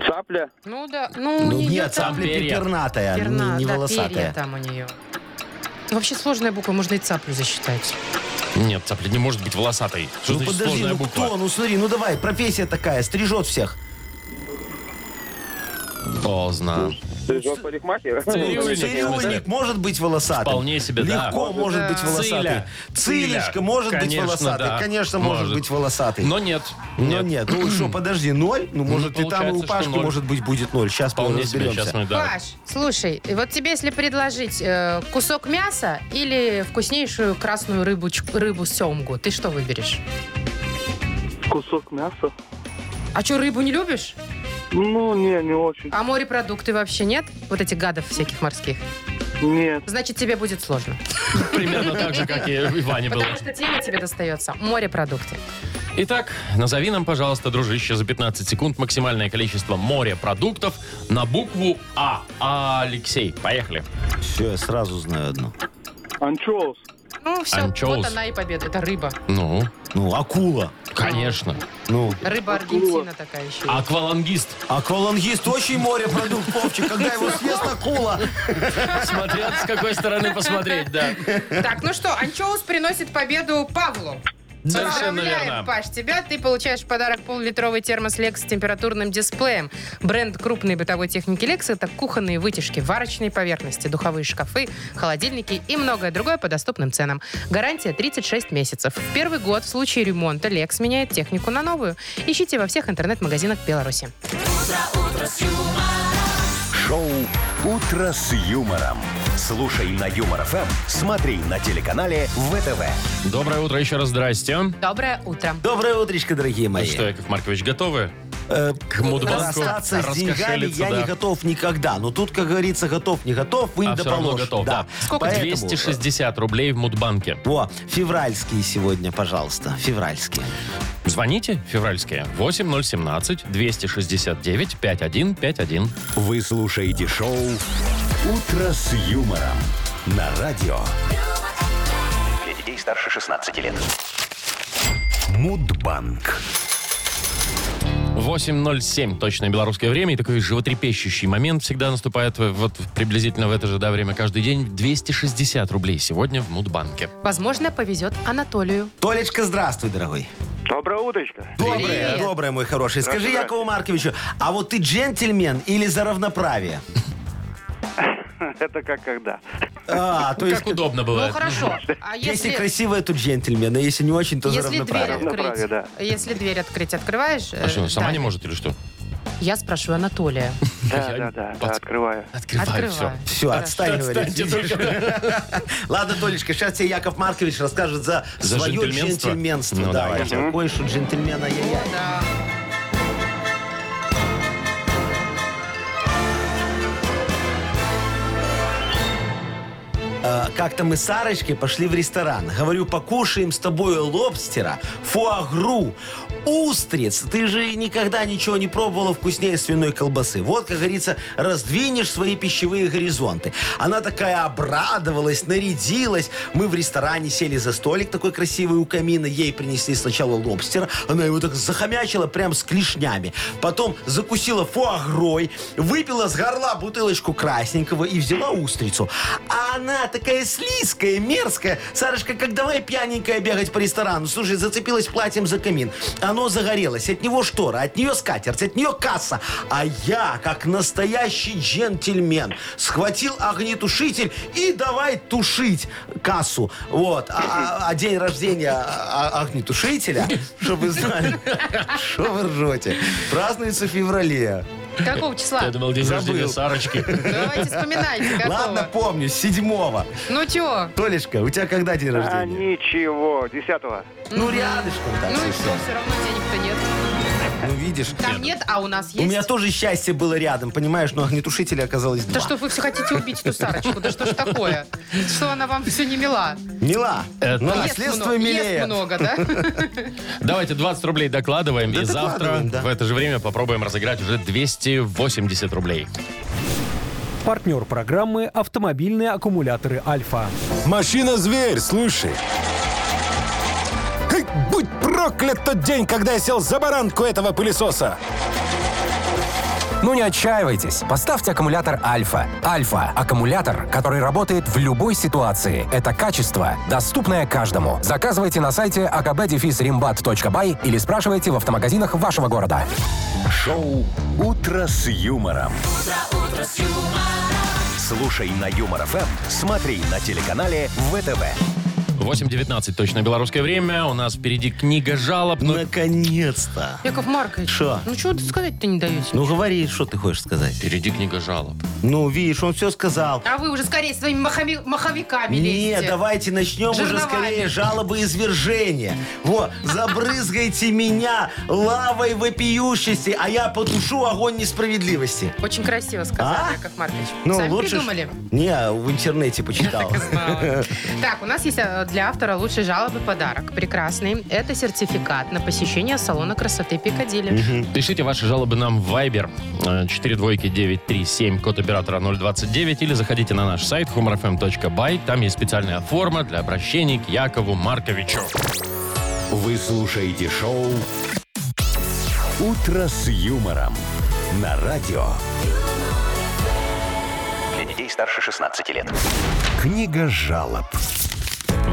S5: Цапля?
S3: Ну да, ну, у
S4: Ну,
S3: нее
S4: нет,
S3: там
S4: цапля
S2: перья.
S4: пернатая, а
S3: перна,
S4: не, не
S3: да, перья
S4: волосатая.
S3: там у нее. Вообще сложная буква, можно и цаплю засчитать.
S2: Нет, цапля не может быть волосатой. Что
S4: Ну
S2: значит
S4: подожди,
S2: сложная
S4: ну
S2: буква?
S4: кто? Ну смотри, ну давай, профессия такая, стрижет всех.
S2: Поздно.
S5: Ты же парикмахер?
S2: Цирюльник.
S4: Цирюльник может быть волосатым.
S2: Вполне себе, да.
S4: Легко может
S3: Да.
S4: быть волосатый.
S2: Циля.
S4: Цилечка
S2: Циля.
S4: может быть
S2: Конечно,
S4: волосатый.
S2: да.
S4: Конечно, может
S2: Может.
S4: быть волосатый.
S2: Но нет.
S4: Но нет. Ну что, подожди, ноль? Ну, может, и там, и у
S2: получается, что
S4: Пашки,
S2: ноль.
S4: может быть, будет ноль. Сейчас мы
S2: Вполне себе, сейчас
S4: Ну, разберемся.
S2: мы, да.
S3: Паш, слушай, вот тебе если предложить э, кусок мяса или вкуснейшую красную рыбу, рыбу семгу, ты что выберешь?
S5: Кусок мяса?
S3: А что, рыбу не любишь?
S5: Ну, не, не очень.
S3: А морепродукты вообще нет? Вот этих гадов всяких морских.
S5: Нет.
S3: Значит, тебе будет сложно.
S2: Примерно так же, как и и Ване было.
S3: Потому что тема тебе достается. Морепродукты.
S2: Итак, назови нам, пожалуйста, дружище, за 15 секунд максимальное количество морепродуктов на букву А. Алексей, поехали.
S4: Все, я сразу знаю одну.
S5: Анчоус.
S3: Ну, все,
S2: Анчоус.
S3: вот она и победа. Это рыба.
S2: Ну,
S4: Ну, акула.
S2: конечно.
S4: Ну,
S3: Рыба Аргентина такая еще.
S2: Аквалангист.
S4: аквалангист А очень морепродукт, Вовчик, когда его съест акула.
S2: Смотря с какой стороны посмотреть, да.
S3: Так, ну что, анчоус приносит победу Павлу.
S2: Ну, Совершенно
S3: Поздравляем,
S2: верно.
S3: Паш, тебя. Ты получаешь в подарок полулитровый термос Lex с температурным дисплеем. Бренд крупной бытовой техники Lex это кухонные вытяжки, варочные поверхности, духовые шкафы, холодильники и многое другое по доступным ценам. Гарантия 36 месяцев. В первый год в случае ремонта Lex меняет технику на новую. Ищите во всех интернет-магазинах Беларуси.
S1: Шоу «Утро с юмором». Слушай на Юмор ФМ, смотри на телеканале ВТВ.
S2: Доброе утро еще раз, здрасте.
S3: Доброе утро.
S4: Доброе утречко, дорогие
S2: Ну
S4: мои.
S2: что, Яков Маркович, готовы?
S4: Э,
S2: К Мудбанку
S4: Расстаться с деньгами
S2: раскошелиться,
S4: я
S2: да.
S4: не готов никогда. Но тут, как говорится, готов, не готов, вы
S2: А
S4: не
S2: все равно готов, да.
S4: Сколько?
S2: 260 рублей в Мудбанке.
S4: э, Во, февральские сегодня, пожалуйста. Февральские.
S2: Звоните, февральские, 8017-269-5151.
S1: Вы слушаете шоу «Утро с юмором» на радио
S6: Для детей старше 16 лет.
S1: Мудбанк.
S2: 8.07, точное белорусское время, и такой животрепещущий момент всегда наступает вот приблизительно в это же да, время каждый день. 260 рублей сегодня в Мудбанке.
S3: Возможно, повезет Анатолию.
S4: Толечка, здравствуй, дорогой.
S5: Доброе утречко.
S4: Доброе,
S3: Привет.
S4: доброе, мой хороший. Скажи
S5: Здравствуй.
S4: Якову Марковичу, а вот ты джентльмен или за равноправие?
S5: Это как когда?
S4: А, то есть,
S2: Как удобно
S3: Ну
S2: бывает.
S3: хорошо. А
S4: если
S3: если,
S4: красивая, то джентльмен, а если не очень, то за
S3: если дверь
S4: равноправие.
S3: открыть,
S5: Равноправие, да.
S3: если дверь открыть, открываешь? э,
S2: А что, сама
S3: да.
S2: не может или что?
S3: Я спрошу Анатолия.
S5: Да,
S2: Я
S5: да, да, да,
S2: подск-
S5: открываю. А,
S2: Открывай все.
S3: Открываю.
S4: Все, отстань, говорит. Ладно, Толечка, сейчас тебе Яков Маркович расскажет за,
S2: За
S4: свое
S2: джентльменство?
S4: джентльменство.
S2: Ну,
S4: да,
S2: давай.
S4: я такой, что джентльмена я, я.
S3: Да.
S4: Э, Как-то мы с Сарочкой пошли в ресторан. Говорю, покушаем с тобой лобстера, фуагру, устриц. Ты же никогда ничего не пробовала вкуснее свиной колбасы. Вот, как говорится, раздвинешь свои пищевые горизонты. Она такая обрадовалась, нарядилась. Мы в ресторане сели за столик такой красивый у камина. Ей принесли сначала лобстера. Она его так захомячила прям с клешнями. Потом закусила фуагрой, выпила с горла бутылочку красненького и взяла устрицу. А она такая такая слизкая, мерзкая. Сарочка, как давай пьяненькая бегать по ресторану. Слушай, зацепилась платьем за камин. Оно загорелось. От него штора, от нее скатерть, от нее касса. А я, как настоящий джентльмен, схватил огнетушитель и давай тушить кассу. Вот. А, а- а день рождения а, а- огнетушителя, чтобы вы знали, что вы ржете, празднуется в феврале.
S3: Какого числа?
S2: Я думал, день
S4: Забыл.
S2: рождения Сарочки.
S3: Давайте вспоминайте, какого.
S4: Ладно, помню, седьмого.
S3: Ну чё?
S4: Толечка, у тебя когда день
S5: А,
S4: рождения?
S5: ничего, десятого.
S4: Ну, рядышком так
S3: Ну и что,
S4: совсем.
S3: все равно денег-то нет.
S4: Ну, видишь.
S3: Там нет, а у нас
S4: У
S3: есть.
S4: меня тоже счастье было рядом, понимаешь, но огнетушителя оказалось
S3: Да
S4: два.
S3: что вы все хотите убить эту Сарочку? Да что ж такое? Что она вам все не мила?
S4: Мила, ну,
S2: Это-
S4: на
S3: Ест
S4: а следствие
S3: много, ест
S4: милее.
S3: много, да?
S2: Давайте 20 рублей докладываем.
S4: Да
S2: и завтра
S4: докладываем, да.
S2: в это же время попробуем разыграть уже 280 рублей.
S7: Партнер программы «Автомобильные аккумуляторы Альфа».
S8: Машина-зверь, слушай. Эй, Будь проклят тот день, когда я сел за баранку этого пылесоса.
S9: Ну не отчаивайтесь. Поставьте аккумулятор Альфа. Альфа – аккумулятор, который работает в любой ситуации. Это качество, доступное каждому. Заказывайте на сайте akb-rimbat.by или спрашивайте в автомагазинах вашего города.
S1: Шоу «Утро с юмором». Слушай на Юмор ФМ, смотри на телеканале ВТВ.
S2: 8.19 точно белорусское время. У нас впереди книга жалоб.
S4: Ну,
S2: но-
S4: Наконец-то.
S3: Яков Маркович,
S4: Шо?
S3: ну чего ты сказать-то не даете?
S4: Ну, говори, что ты хочешь сказать.
S2: Впереди книга жалоб.
S4: Ну, видишь, он все сказал.
S3: А вы уже скорее своими махами- маховиками лезете.
S4: Не, давайте начнем уже
S3: Жерновами.
S4: скорее жалобы извержения. Вот, забрызгайте меня лавой вопиющести, а я потушу огонь несправедливости.
S3: Очень красиво сказали,
S4: А?
S3: Яков Маркович. Сами
S4: лучше ж-
S3: придумали.
S4: Не, в интернете почитал.
S3: Знала. Так, у нас есть э, для автора лучшей жалобы подарок. Прекрасный. Это сертификат на посещение салона красоты Пикадилли.
S2: Пишите ваши жалобы нам в Viber 4 двойки 937 код оператора 029 или заходите на наш сайт humorfm.by. Там есть специальная форма для обращений к Якову Марковичу.
S1: Вы слушаете шоу «Утро с юмором» на радио.
S6: Для детей старше 16 лет.
S1: Книга жалоб.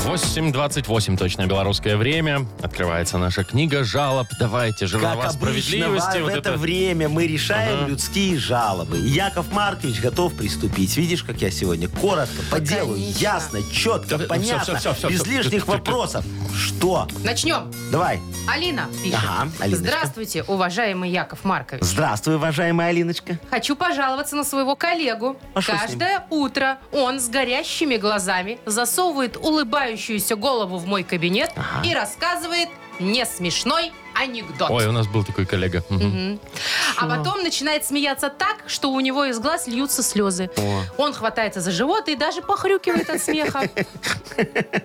S2: 8.28 точно белорусское время. Открывается наша книга жалоб. Давайте, жернова
S4: Как обычно, в
S2: справедливости.
S4: в
S2: вот
S4: это
S2: это-
S4: время мы решаем людские жалобы. И Яков Маркович готов приступить. Видишь, как я сегодня коротко, по делу,
S3: Лаконично.
S4: ясно,
S2: Да,
S4: четко,
S2: да, ну, всё,
S4: понятно,
S2: всё, всё,
S4: без
S2: всё.
S4: лишних вопросов. Что?
S3: Начнем.
S4: Давай.
S3: Алина пишет.
S4: Ага, Алиночка.
S3: Здравствуйте, уважаемый Яков Маркович.
S4: Здравствуй, уважаемая Алиночка.
S3: Хочу пожаловаться на своего коллегу.
S4: А шо с ним?
S3: Каждое утро он с горящими глазами засовывает улыбающуюся голову в мой кабинет и рассказывает не смешной анекдот.
S2: Ой, у нас был такой коллега. Мгм.
S3: А потом начинает смеяться так, что у него из глаз льются слезы. Он хватается за живот и даже похрюкивает от смеха.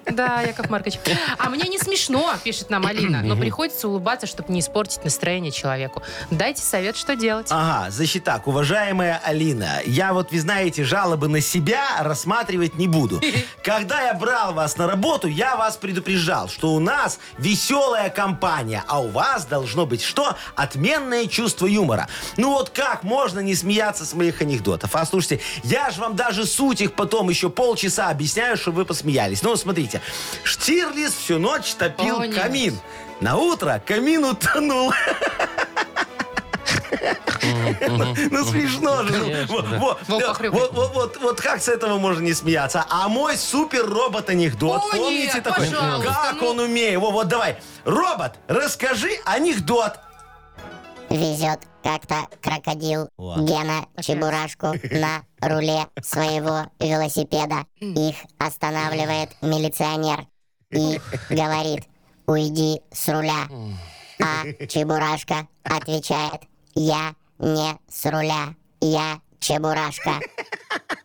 S3: Да, Яков Маркович. А мне не смешно, пишет нам Алина, но приходится улыбаться, чтобы не испортить настроение человеку. Дайте совет, что делать.
S4: Ага, значит так, уважаемая Алина, я вот, вы знаете, жалобы на себя рассматривать не буду. Когда я брал вас на работу, я вас предупреждал, что у нас веселая компания, а у вас должно быть что? Отменное чувство юмора. Ну вот как можно не смеяться с моих анекдотов? А слушайте, я же вам даже суть их потом еще полчаса объясняю, чтобы вы посмеялись. Ну, вот смотрите, Штирлиц всю ночь топил
S3: О, нет.
S4: камин. На утро камин утонул. Ну смешно же. ну.
S2: Конечно,
S4: Во-
S2: да.
S4: во-
S3: Вов,
S4: да,
S3: похрюкай.
S4: во- во- Вот вот как с этого можно не смеяться? А мой супер-робот анекдот.
S3: О,
S4: Помните
S3: нет,
S4: такой?
S3: пожалуйста,
S4: Как
S3: ну.
S4: он умеет? Во, Вот давай. Робот, расскажи анекдот.
S10: Везет как-то крокодил Гена Чебурашку на руле своего велосипеда. Их останавливает милиционер и говорит, уйди с руля. А Чебурашка отвечает, я не с руля, я Чебурашка.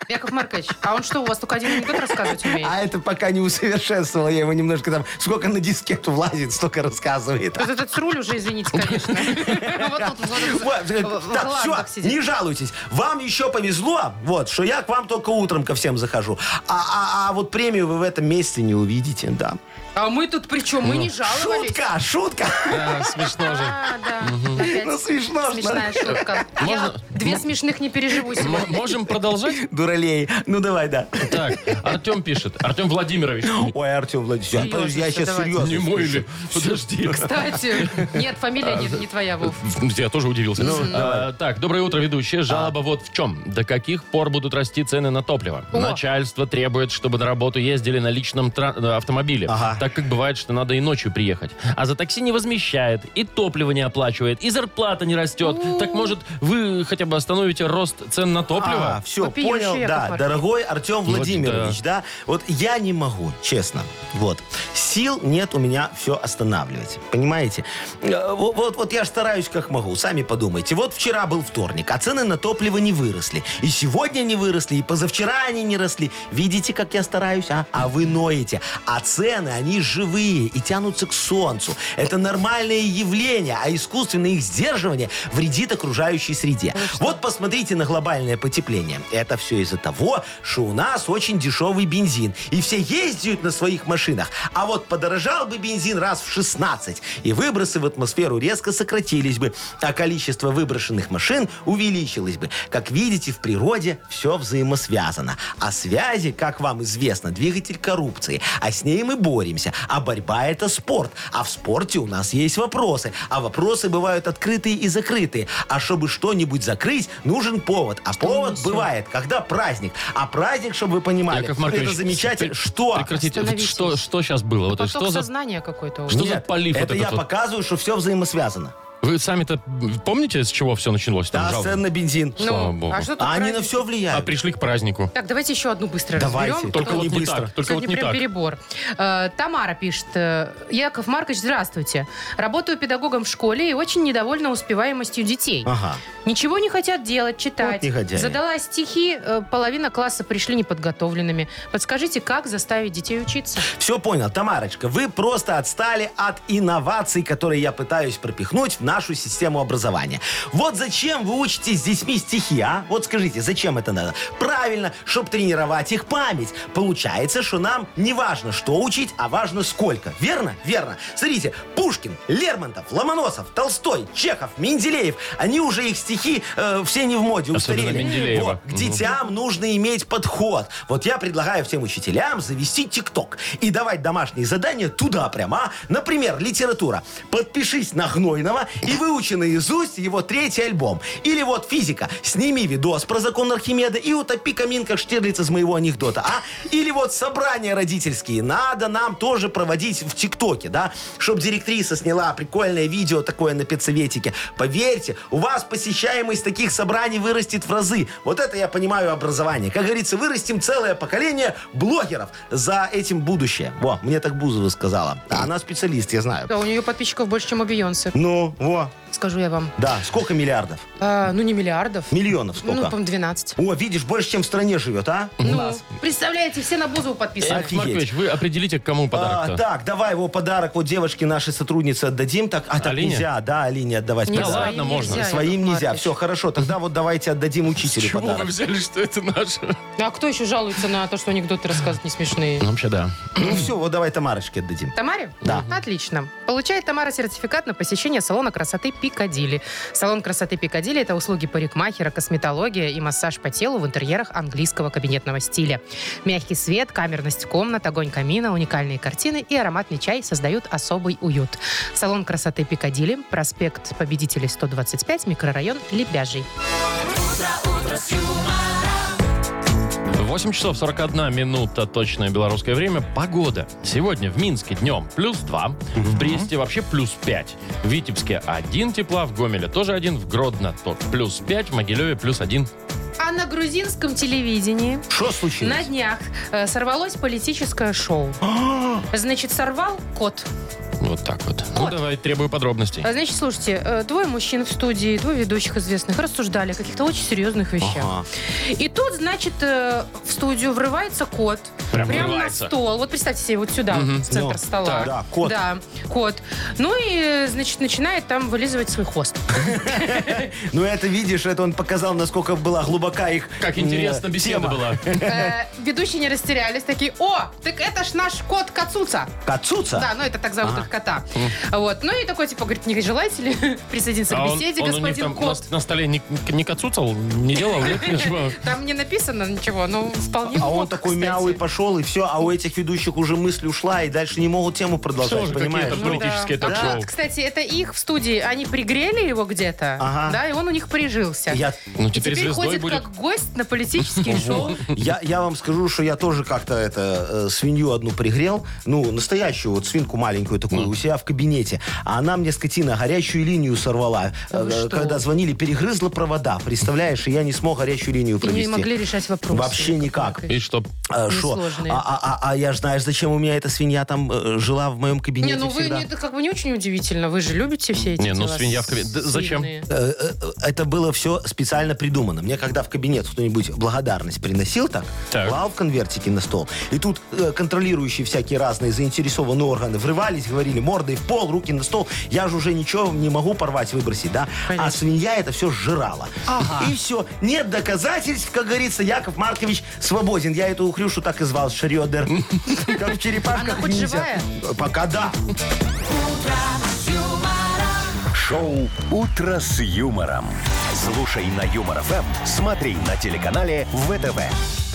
S3: Яков Маркович, а он что, у вас только один анекдот рассказывать умеет?
S4: А это пока не усовершенствовал. Я его немножко там... Сколько на дискету влазит, столько рассказывает.
S3: Вот этот с руль уже, извините, конечно. Вот тут, вот тут,
S4: Вот, э,
S3: в- в
S4: так,
S3: гландах
S4: все,
S3: сидит.
S4: не жалуйтесь. Вам еще повезло, вот, что я к вам только утром ко всем захожу. А, а- а вот премию вы в этом месяце не увидите, да.
S3: А мы тут причем, мы не жаловались.
S4: Ну, Шутка, шутка.
S2: Да, смешно же.
S3: А, да. Опять
S4: Ну, смешно.
S3: Смешная шутка. Я
S2: Можно-
S3: две смешных не переживу
S2: М-
S3: сегодня.
S2: можем продолжать?
S4: Дуралей аллее. Ну давай, да.
S2: Так, Артем пишет. Артем Владимирович.
S4: Ой, Артем Владимирович,
S3: Серьезно,
S4: подожди, я
S3: всё,
S4: сейчас
S3: давайте.
S4: серьезно.
S2: Не мой ли? Подожди.
S3: Кстати, нет, фамилия
S2: А,
S3: не, не твоя, Вов.
S2: Я тоже удивился.
S4: Ну,
S2: А, так, доброе утро, ведущая. Жалоба
S4: А.
S2: вот в чем. До каких пор будут расти цены на топливо?
S3: О.
S2: Начальство требует, чтобы на работу ездили на личном тра- э, автомобиле.
S4: Ага.
S2: Так как бывает, что надо и ночью приехать. А за такси не возмещает, и топливо не оплачивает, и зарплата не растет. Так может, вы хотя бы остановите рост цен на топливо?
S4: все,
S3: Вопиющий
S4: А, понял,
S3: Яков
S4: да,
S3: Маркович.
S4: дорогой Артем
S2: Вот
S4: Владимирович, да. вот я не могу, честно, вот, сил нет у меня все останавливать, понимаете? Э, Вот, вот, вот я ж стараюсь как могу, сами подумайте, вот вчера был вторник, а цены на топливо не выросли, и сегодня не выросли, и позавчера они не росли, видите, как я стараюсь, а? А вы ноете, а цены, они живые и тянутся к солнцу, это нормальное явление, а искусственное их сдерживание вредит окружающей среде. Вот посмотрите на глобальное потепление. Это все из-за того, что у нас очень дешевый бензин. И все ездят на своих машинах. А вот подорожал бы бензин раз в 16. И выбросы в атмосферу резко сократились бы. А количество выброшенных машин увеличилось бы. Как видите, в природе все взаимосвязано. А связи, как вам известно, двигатель коррупции. А с ней мы боремся. А борьба это спорт. А в спорте у нас есть вопросы. А вопросы бывают открытые и закрытые. А чтобы что-нибудь закрыть, нужен повод. А повод бывает, когда праздник. А праздник, чтобы вы понимали,
S2: Яков Маркович,
S4: это замечательно.
S2: пр-
S4: Что?
S2: Прекратите. Вот
S3: Остановитесь. А
S2: Что, что сейчас было? Вот,
S3: Поток
S2: что за...
S3: сознания какой-то у
S2: Что
S3: вас.
S2: за полив вот
S4: это
S2: этот
S4: я
S2: вот?
S4: показываю, что все взаимосвязано.
S2: Вы сами-то помните, с чего все началось? Там
S4: Да,
S2: жалоба?
S4: цен на бензин.
S2: Слава богу.
S3: а что тут
S4: А они
S3: разница?
S4: на все
S2: А
S4: влияют.
S2: пришли к празднику.
S3: Так, давайте еще одну быстро
S4: Давайте.
S3: разберем.
S2: Только
S4: Только
S2: вот
S4: не
S2: не
S4: быстро.
S2: так. Только вот
S3: Сегодня
S2: не
S3: прям
S2: так.
S3: перебор. Э, Тамара пишет. э, Яков Маркович, здравствуйте. Работаю педагогом в школе и очень недовольна успеваемостью детей.
S4: Ага.
S3: Ничего не хотят делать, читать.
S4: А. Вот негодяи.
S3: Задала стихи, э, половина класса пришли неподготовленными. Подскажите, как заставить детей учиться?
S4: Все понял, Тамарочка, вы просто отстали от инноваций, которые я пытаюсь пропихнуть в нашу систему образования. Вот зачем вы учите с детьми стихи, а? Вот скажите, зачем это надо? Правильно, чтобы тренировать их память. Получается, что нам не важно, что учить, а важно сколько. Верно? Верно. Смотрите, Пушкин, Лермонтов, Ломоносов, Толстой, Чехов, Менделеев, они уже их стихи э, все не в моде,
S2: Особенно
S4: устарели.
S2: Менделеева.
S4: Вот, к
S2: Мгм.
S4: детям Там нужно иметь подход. Вот я предлагаю всем учителям завести ТикТок и давать домашние задания туда прямо. Например, литература. Подпишись на Гнойного и выучи наизусть его третий альбом. Или вот физика. Сними видос про закон Архимеда и утопи камин, как Штирлиц из моего анекдота. А? Или вот собрания родительские. Надо нам тоже проводить в ТикТоке, да? Чтобы директриса сняла прикольное видео такое на педсоветике. Поверьте, у вас посещаемость таких собраний вырастет в разы. Вот это я понимаю образование. Как говорится, вырастим целое поколение блогеров. За этим будущее. Во, мне так Бузова сказала. А она специалист, я знаю.
S3: Да, у нее подписчиков больше, чем у Бейонсе.
S4: Ну, во,
S3: Скажу я вам.
S4: да. Сколько миллиардов?
S3: А, ну, не миллиардов.
S4: Миллионов сколько?
S3: Ну, по 12.
S4: О, видишь, больше, чем в стране живет, а?
S3: Ну, представляете, все на Бузову подписаны.
S2: Яков Маркович, вы определите, к кому
S4: А,
S2: подарок-то.
S4: так, давай его подарок вот девочке нашей сотруднице отдадим. Так, а так
S2: Алине?
S4: нельзя, да, Алине отдавать
S3: Не,
S4: подарок.
S2: ладно, можно.
S3: нельзя,
S4: Своим
S3: Яков
S4: нельзя.
S3: Маркович.
S4: Все, хорошо, тогда вот давайте отдадим учителю
S2: Чего вы
S4: подарок.
S2: взяли, что это наше?
S3: А кто еще жалуется на то, что анекдоты рассказывать не смешные?
S2: Ну, Вообще, да.
S4: Ну все, вот давай Тамарочке отдадим.
S3: Тамаре?
S4: Да.
S3: Отлично. Получает Тамара сертификат на посещение салона красоты Пикадилли. Салон красоты Пикадилли – это услуги парикмахера, косметология и массаж по телу в интерьерах английского кабинетного стиля. Мягкий свет, камерность комнат, огонь камина, уникальные картины и ароматный чай создают особый уют. Салон красоты Пикадилли, проспект Победителей 125, микрорайон Лебяжий.
S2: 8 часов 41 минута точное белорусское время. Погода. Сегодня в Минске днем плюс 2, в Бресте вообще плюс 5, в Витебске 1 тепла, в Гомеле тоже 1, в Гродно тот плюс 5, в Могилеве плюс 1.
S3: А на грузинском телевидении
S4: Что случилось?
S3: На днях э, сорвалось политическое шоу.
S4: А!
S3: Значит, сорвал кот.
S2: Вот так вот. Ну, давай, требую подробностей.
S3: А, Значит, слушайте, э, двое мужчин в студии, двое ведущих известных рассуждали о каких-то очень серьезных вещах.
S4: Ага.
S3: И тут, значит, э, в студию врывается кот.
S2: Прям
S3: прямо
S2: врывается.
S3: на стол. Вот представьте себе, вот сюда,
S2: Мгм.
S3: вот в центр
S4: Ну,
S3: стола.
S4: так, да, кот.
S3: Да, кот. Ну и, э, значит, начинает там вылизывать свой хвост.
S4: Ну это, видишь, это он показал, насколько была глубока их
S2: Как
S4: м,
S2: интересно беседа
S4: тема.
S2: была. А
S3: Э, Ведущие не растерялись, такие, о, так это ж наш кот Кацуца.
S4: Кацуца?
S3: Да, ну это так зовут
S4: Ага.
S3: их коты. кота. Вот. Ну и такой, типа, говорит, не желаете ли присоединиться
S2: А
S3: к
S2: он-
S3: беседе,
S2: он у них
S3: господин
S2: там
S3: кот?
S2: На, на столе не, не кацуцал, не делал, нет? Ничего?
S3: Там не написано ничего, но вполне
S4: А он
S3: мог,
S4: такой
S3: кстати.
S4: мяу и пошел, и все, а у этих ведущих уже мысль ушла, и дальше не могут тему
S2: Всё
S4: продолжать,
S2: же
S4: понимаешь?
S2: какие-то
S4: Ну,
S2: политические
S3: А
S2: ток-шоу.
S3: вот, кстати, это их в студии, они пригрели его где-то,
S4: Ага.
S3: да, и он у них прижился.
S4: я,
S2: Ну,
S3: И
S2: теперь
S3: теперь
S2: звездой
S3: ходит
S2: будет.
S3: как гость на политические шоу.
S4: я, я вам скажу, что я тоже как-то это, э, свинью одну пригрел, ну, настоящую вот свинку маленькую
S3: Ну.
S4: такую у себя в кабинете, а она мне, скотина, горячую линию сорвала.
S3: Да вы
S4: Э,
S3: что?
S4: Когда звонили, перегрызла провода, представляешь, и я не смог горячую линию
S3: И
S4: провести.
S3: не могли решать вопрос.
S4: Вообще никак.
S2: И что?
S4: А, шо?
S3: Несложные.
S4: А, а- а- а я ж знаешь, зачем у меня эта свинья там э, жила в моем
S3: Не,
S4: кабинете
S3: ну вы,
S4: всегда?
S3: не- это как бы не очень удивительно. Вы же любите все эти
S2: Не, ну
S3: дела
S2: свинья в кабе- Да зачем?
S3: сильные.
S4: Э, э, Это было все специально придумано. Мне когда в кабинет кто-нибудь благодарность приносил так,
S2: Так.
S4: клал в конвертики на стол, и тут э, контролирующие всякие разные заинтересованные органы врывались, говорили мордой в пол, руки на стол, я же уже ничего не могу порвать, выбросить, да? А свинья это все жрала. И все. Нет доказательств, как говорится, Яков Маркович свободен. Я эту хрюшу так и звал, Шредер. Как в
S3: Она
S4: черепашках
S3: хоть
S4: ниндзя.
S3: живая?
S4: Пока да.
S1: Шоу «Утро с юмором». Слушай на Юмор ФМ, смотри на телеканале ВТВ.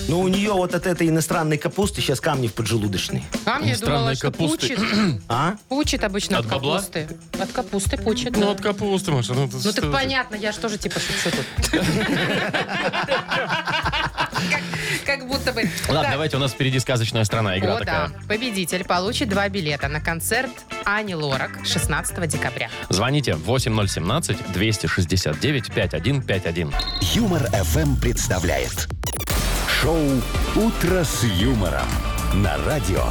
S4: Но у нее вот от этой иностранной капусты сейчас камни в поджелудочной.
S3: А мне думала,
S2: Странной
S3: что
S2: капусты.
S3: пучит.
S4: А?
S3: Пучит обычно
S2: От
S3: от,
S2: бабла?
S3: капусты. От капусты пучит. да.
S2: Ну, от капусты, Маша. Ну,
S3: Ну так понятно, я же тоже типа шучу тут. Как- Как будто бы.
S2: Ладно,
S3: Так,
S2: давайте, у нас впереди сказочная страна, игра
S3: О,
S2: такая.
S3: да. Победитель получит два билета на концерт Ани Лорак 16 декабря.
S2: Звоните 8017-269-5151.
S1: Юмор ФМ представляет. Шоу «Утро с юмором» на радио.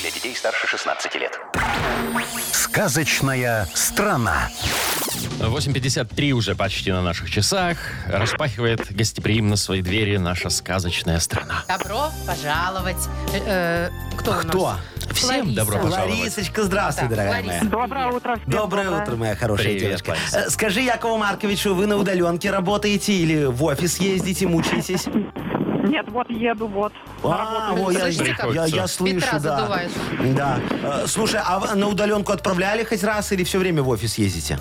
S6: Для детей старше 16 лет.
S1: Сказочная страна.
S2: 8.53 уже почти на наших часах. Распахивает гостеприимно свои двери наша сказочная страна.
S3: Добро пожаловать. Э, э, Кто у
S4: Кто?
S3: нас?
S2: Всем
S3: Лариса.
S2: добро пожаловать.
S4: Ларисочка, здравствуй,
S3: Так,
S4: дорогая
S3: Лариса,
S4: моя.
S5: Доброе утро. всем.
S4: Доброе утро, моя хорошая
S2: Привет,
S4: девочка.
S2: Лариса.
S4: Э, Скажи, Якову Марковичу, вы на удаленке работаете или в офис ездите, мучаетесь?
S5: Нет, вот еду, вот.
S4: А, во, я,
S3: Слышите, как
S4: я- я
S2: Петра
S4: слышу, да.
S3: задувает.
S4: Да. Э, Слушай, а вы на удаленку отправляли хоть раз или все время в офис ездите?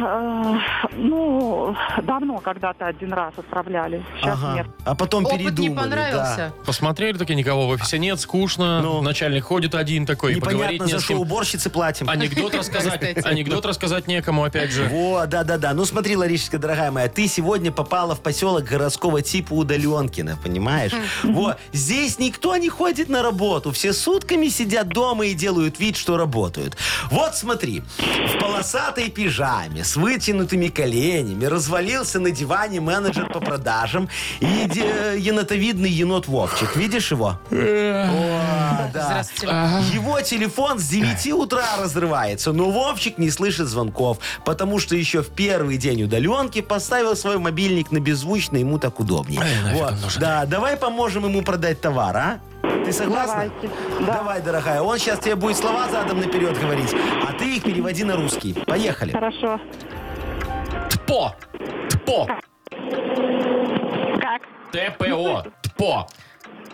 S5: Э, Ну, давно когда-то один раз отправляли. Сейчас нет.
S4: А потом
S3: Опыт
S4: передумали.
S3: не понравился.
S2: Посмотрели, такие никого в офисе нет, скучно.
S4: Ну.
S2: Начальник ходит один
S4: да.
S2: такой, поговорить
S4: Непонятно,
S2: не
S4: за
S2: с
S4: что
S2: кем. А
S4: уборщицы платим.
S2: Анекдот рассказать,
S3: Кстати.
S2: анекдот рассказать некому, опять же.
S4: Во, да-да-да. Ну смотри, Ларишечка, дорогая моя, ты сегодня попала в поселок городского типа Удаленкина, понимаешь? Вот. Здесь никто не ходит на работу. Все сутками сидят дома и делают вид, что работают. Вот смотри, в полосатой пижаме с вытянутыми коленями развалился на диване менеджер по продажам и еде- енотовидный енот Вовчик. Видишь его? О, да. А.
S3: Здравствуйте.
S4: Его телефон с 9 утра разрывается, но Вовчик не слышит звонков, потому что еще в первый день удаленки поставил свой мобильник на беззвучный, ему так удобнее. вот. Да, давай поможем ему продать товар, а? Ты согласна?
S5: Давайте. Да.
S4: Давай, дорогая. Он сейчас тебе будет слова задом наперед говорить, а ты их переводи на русский. Поехали.
S5: Хорошо.
S2: ТПО! ТПО!
S5: Как?
S2: ТПО! ТПО!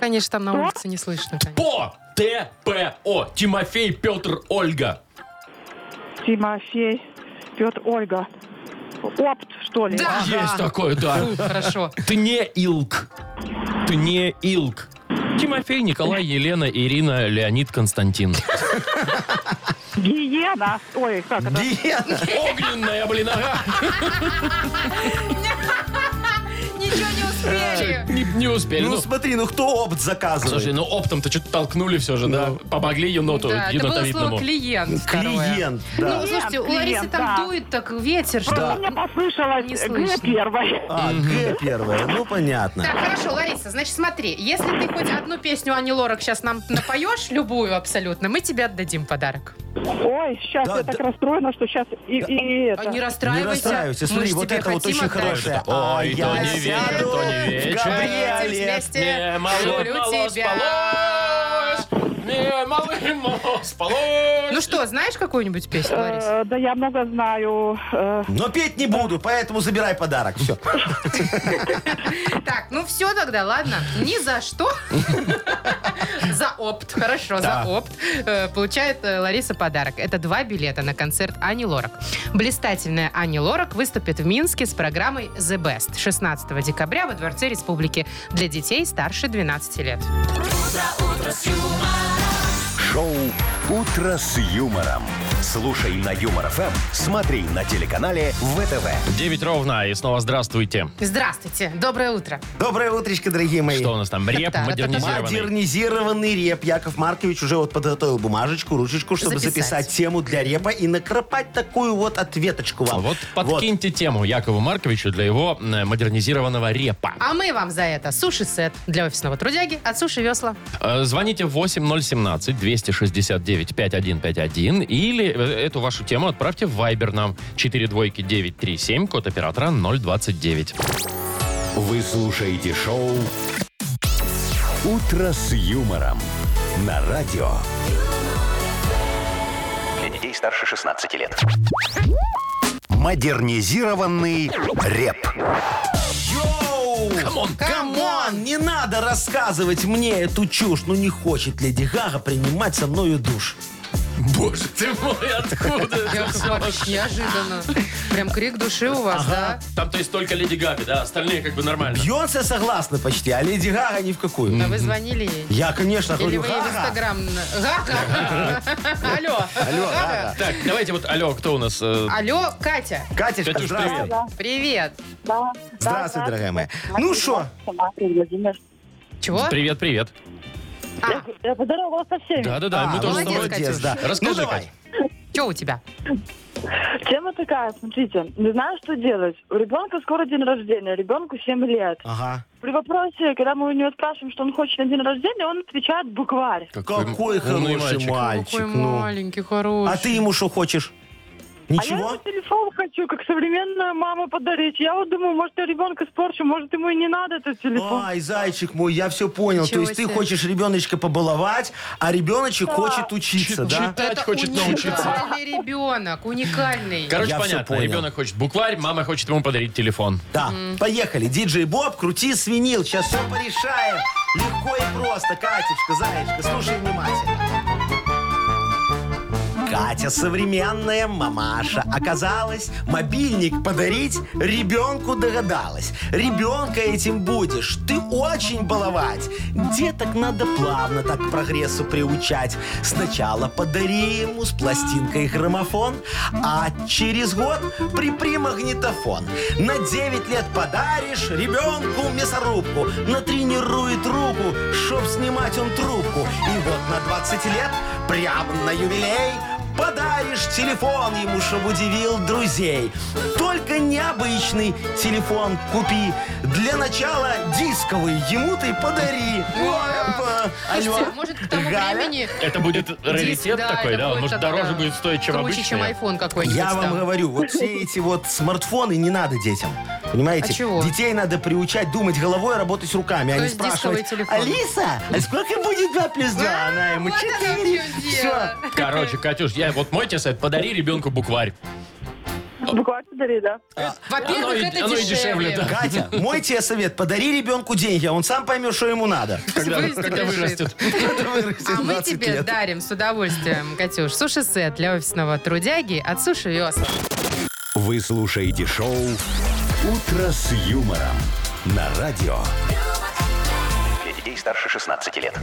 S3: Конечно, там на улице не слышно. конечно.
S2: ТПО! ТПО! Тимофей, Петр, Ольга.
S5: Тимофей, Петр, Ольга. Опт, что ли?
S3: Да.
S2: Есть такое, да.
S3: Хорошо.
S2: Ты не Илк. Ты не Илк. Тимофей, Николай, Елена, Ирина, Леонид, Константин.
S5: Гиена. Ой, как это?
S4: Диана.
S2: Огненная, блин, ага.
S3: Ничего не успели.
S2: Не, не успели.
S4: Ну
S2: Ну,
S4: смотри, ну кто опт заказывает?
S2: слушай, ну оптом-то что-то толкнули все же, да? Помогли еноту,
S3: Да, это было слово
S2: енотовидному.
S3: клиент. второе.
S4: Клиент, да.
S3: Ну, слушайте, у
S5: Клиент,
S3: Ларисы там
S5: да.
S3: дует так ветер,
S5: Просто
S3: что...
S5: мне послышалось
S3: Не
S5: Г
S3: слышно.
S5: первой.
S4: А, Г первое, ну понятно.
S3: Так, хорошо, Лариса, значит, смотри, если ты хоть одну песню Ани Лорак сейчас нам напоешь, любую абсолютно, мы тебе отдадим подарок.
S5: Ой, сейчас
S4: Да,
S5: я
S4: да.
S5: так расстроена, что сейчас и, и это.
S3: А Не
S4: Не
S3: расстраивайся.
S4: расстраивайся,
S3: мы
S4: смотри,
S3: ж
S4: вот
S3: тебе
S4: это вот
S3: хотим
S4: очень
S3: отдать.
S4: хорошее.
S2: Ой,
S4: А
S2: то
S4: я
S2: не вечер,
S4: сяду
S2: то не
S4: в
S2: вечер.
S3: Давайте
S4: Габриэле.
S3: вместе.
S2: Не, молоть,
S3: Люблю
S2: молоть,
S3: тебя.
S2: полось. Не Э, малый мос, полой.
S3: Ну что, знаешь какую-нибудь песню, Ларис?
S5: Э, да я много знаю. э,
S4: Но петь не буду, поэтому забирай подарок. Все.
S3: Так, ну все тогда, ладно. Ни за что. За опт. Хорошо, за опт. Э, Получает э, Лариса подарок. Это два билета на концерт Ани Лорак. Блистательная Ани Лорак выступит в Минске с программой The Best 16 декабря во Дворце Республики для детей старше 12 лет.
S1: Шоу «Утро с юмором». Слушай на Юмор ФМ, смотри на телеканале ВТВ.
S2: 9 ровно, и снова здравствуйте.
S3: Здравствуйте, доброе утро.
S4: Доброе утречко, дорогие мои.
S2: Что у нас там? Реп
S3: Та-та-та-та.
S2: модернизированный.
S4: Модернизированный реп. Яков Маркович уже вот подготовил бумажечку, ручечку, чтобы
S3: Записать.
S4: записать, тему для репа и накропать такую вот ответочку вам.
S2: Вот подкиньте тему Якову Марковичу для его э, модернизированного репа.
S3: А мы вам за это суши-сет для офисного трудяги от Суши Весла.
S2: Э, Звоните 8017-269-5151 или э, эту вашу тему отправьте в Viber нам 42937, код оператора 029.
S1: Вы слушаете шоу «Утро с юмором» на радио.
S6: Для детей старше 16 лет.
S1: Модернизированный реп.
S4: Йоу! Камон, Не надо рассказывать мне эту чушь. Ну не хочет Леди Гага принимать со мною душ.
S2: Боже ты мой, откуда это
S3: Яков
S2: всё?
S3: Маркович, неожиданно. Прям крик души у вас, да?
S2: Там то есть только Леди Габи, да? Остальные как бы нормально.
S4: Бьонсе согласна почти, а Леди Гага ни в какую.
S3: А вы звонили ей?
S4: Я, конечно,
S3: Или
S4: говорю,
S3: вы ей в
S4: «Гага,
S3: Инстаграм... Гага! Алло! Гага!
S2: Так, давайте вот, алло, кто у нас? э,
S3: Алло, Катя!
S4: Катюшка,
S2: Катюш,
S4: здравствуй.
S2: привет.
S3: Привет!
S5: Да, да,
S4: Здравствуй,
S5: да.
S4: дорогая моя. Ну что?
S5: Смотри, Владимир.
S3: Чего? А,
S2: Привет, привет.
S5: Я, я поздоровалась со всеми.
S2: Да-да-да, мы
S4: А,
S2: тоже с
S4: ну,
S2: тобой.
S3: молодец, Катюш.
S4: да.
S2: Расскажи,
S4: Ну, давай.
S2: Кать.
S3: Че у тебя?
S5: Тема такая, смотрите, не знаю, что делать. У ребенка скоро день рождения, ребенку 7 лет.
S4: Ага.
S5: При вопросе, когда мы у него спрашиваем, что он хочет на день рождения, он отвечает букварь.
S4: Какой
S2: умный
S4: хороший мальчик.
S3: Какой
S4: ну.
S3: маленький, хороший.
S4: А ты ему что хочешь?
S5: А я
S4: Ничего?
S5: ему телефон хочу, как современная мама подарить. Я вот думаю, может, я ребенка спорчу, может, ему и не надо этот телефон.
S4: Ай, зайчик мой, я все понял.
S3: Ничего
S4: То есть ты
S3: себе.
S4: хочешь ребеночка побаловать, а ребеночек хочет учиться,
S2: Чит-
S4: да?
S2: читать хочет научиться.
S3: Уникальный ребенок, уникальный.
S2: Короче,
S4: Я всё
S2: понятно,
S4: понял.
S2: ребенок хочет букварь, мама хочет ему подарить телефон.
S4: Да. Поехали. Диджей Боб, крути свинил. Сейчас все порешаем. Легко и просто. Катюшка, зайчка, слушай внимательно. Катя, современная мамаша, оказалось, мобильник подарить ребенку догадалась. Ребенка этим будешь, ты очень баловать. Деток надо плавно так к прогрессу приучать. Сначала подари ему с пластинкой граммофон, а через год припри магнитофон. На 9 лет подаришь ребенку мясорубку, натренирует руку, чтоб снимать он трубку. И вот на 20 лет, прямо на юбилей, Подаришь телефон ему, чтобы удивил друзей. Только необычный телефон купи. Для начала дисковый ему ты подари.
S3: Вау.
S4: Опа.
S3: Слушайте,
S4: Алло.
S3: может, к тому
S4: Галя?
S3: времени...
S2: Это будет раритет
S3: да,
S2: такой,
S3: это
S2: да? Он
S3: будет
S2: может
S3: тогда
S2: дороже будет стоить, чем
S3: Круче, чем
S2: обычный.
S3: iPhone какой-нибудь.
S4: Я вам
S3: там.
S4: говорю, вот все эти вот смартфоны не надо детям. Понимаете?
S3: А чего?
S4: Детей надо приучать думать головой, работать руками, а
S3: То
S4: не
S3: есть дисковый
S4: спрашивать.
S3: телефон. А,
S4: Алиса, а сколько будет 2 плюс 2? Она ему
S3: вот оно в
S4: 4.
S3: чём
S4: Все,
S3: дело.
S2: Короче, Катюш, я вот мой тебе совет, подари ребенку букварь.
S5: Букварь подари, да?
S2: Оно
S3: Во-первых,
S2: и-
S3: это
S2: оно и дешевле,
S3: ну дешевле.
S2: да.
S4: Катя, мой тебе совет, подари ребенку деньги, а он сам поймет, что ему надо.
S2: Когда,
S3: Вырастет,
S2: когда
S3: решит.
S2: вырастет.
S3: А мы
S4: 17
S3: тебе
S4: лет.
S3: дарим с удовольствием, Катюш, суши-сет для офисного трудяги от Суши Весла.
S1: Вы слушаете шоу «Утро с юмором» на радио.
S6: Для детей старше 16 лет.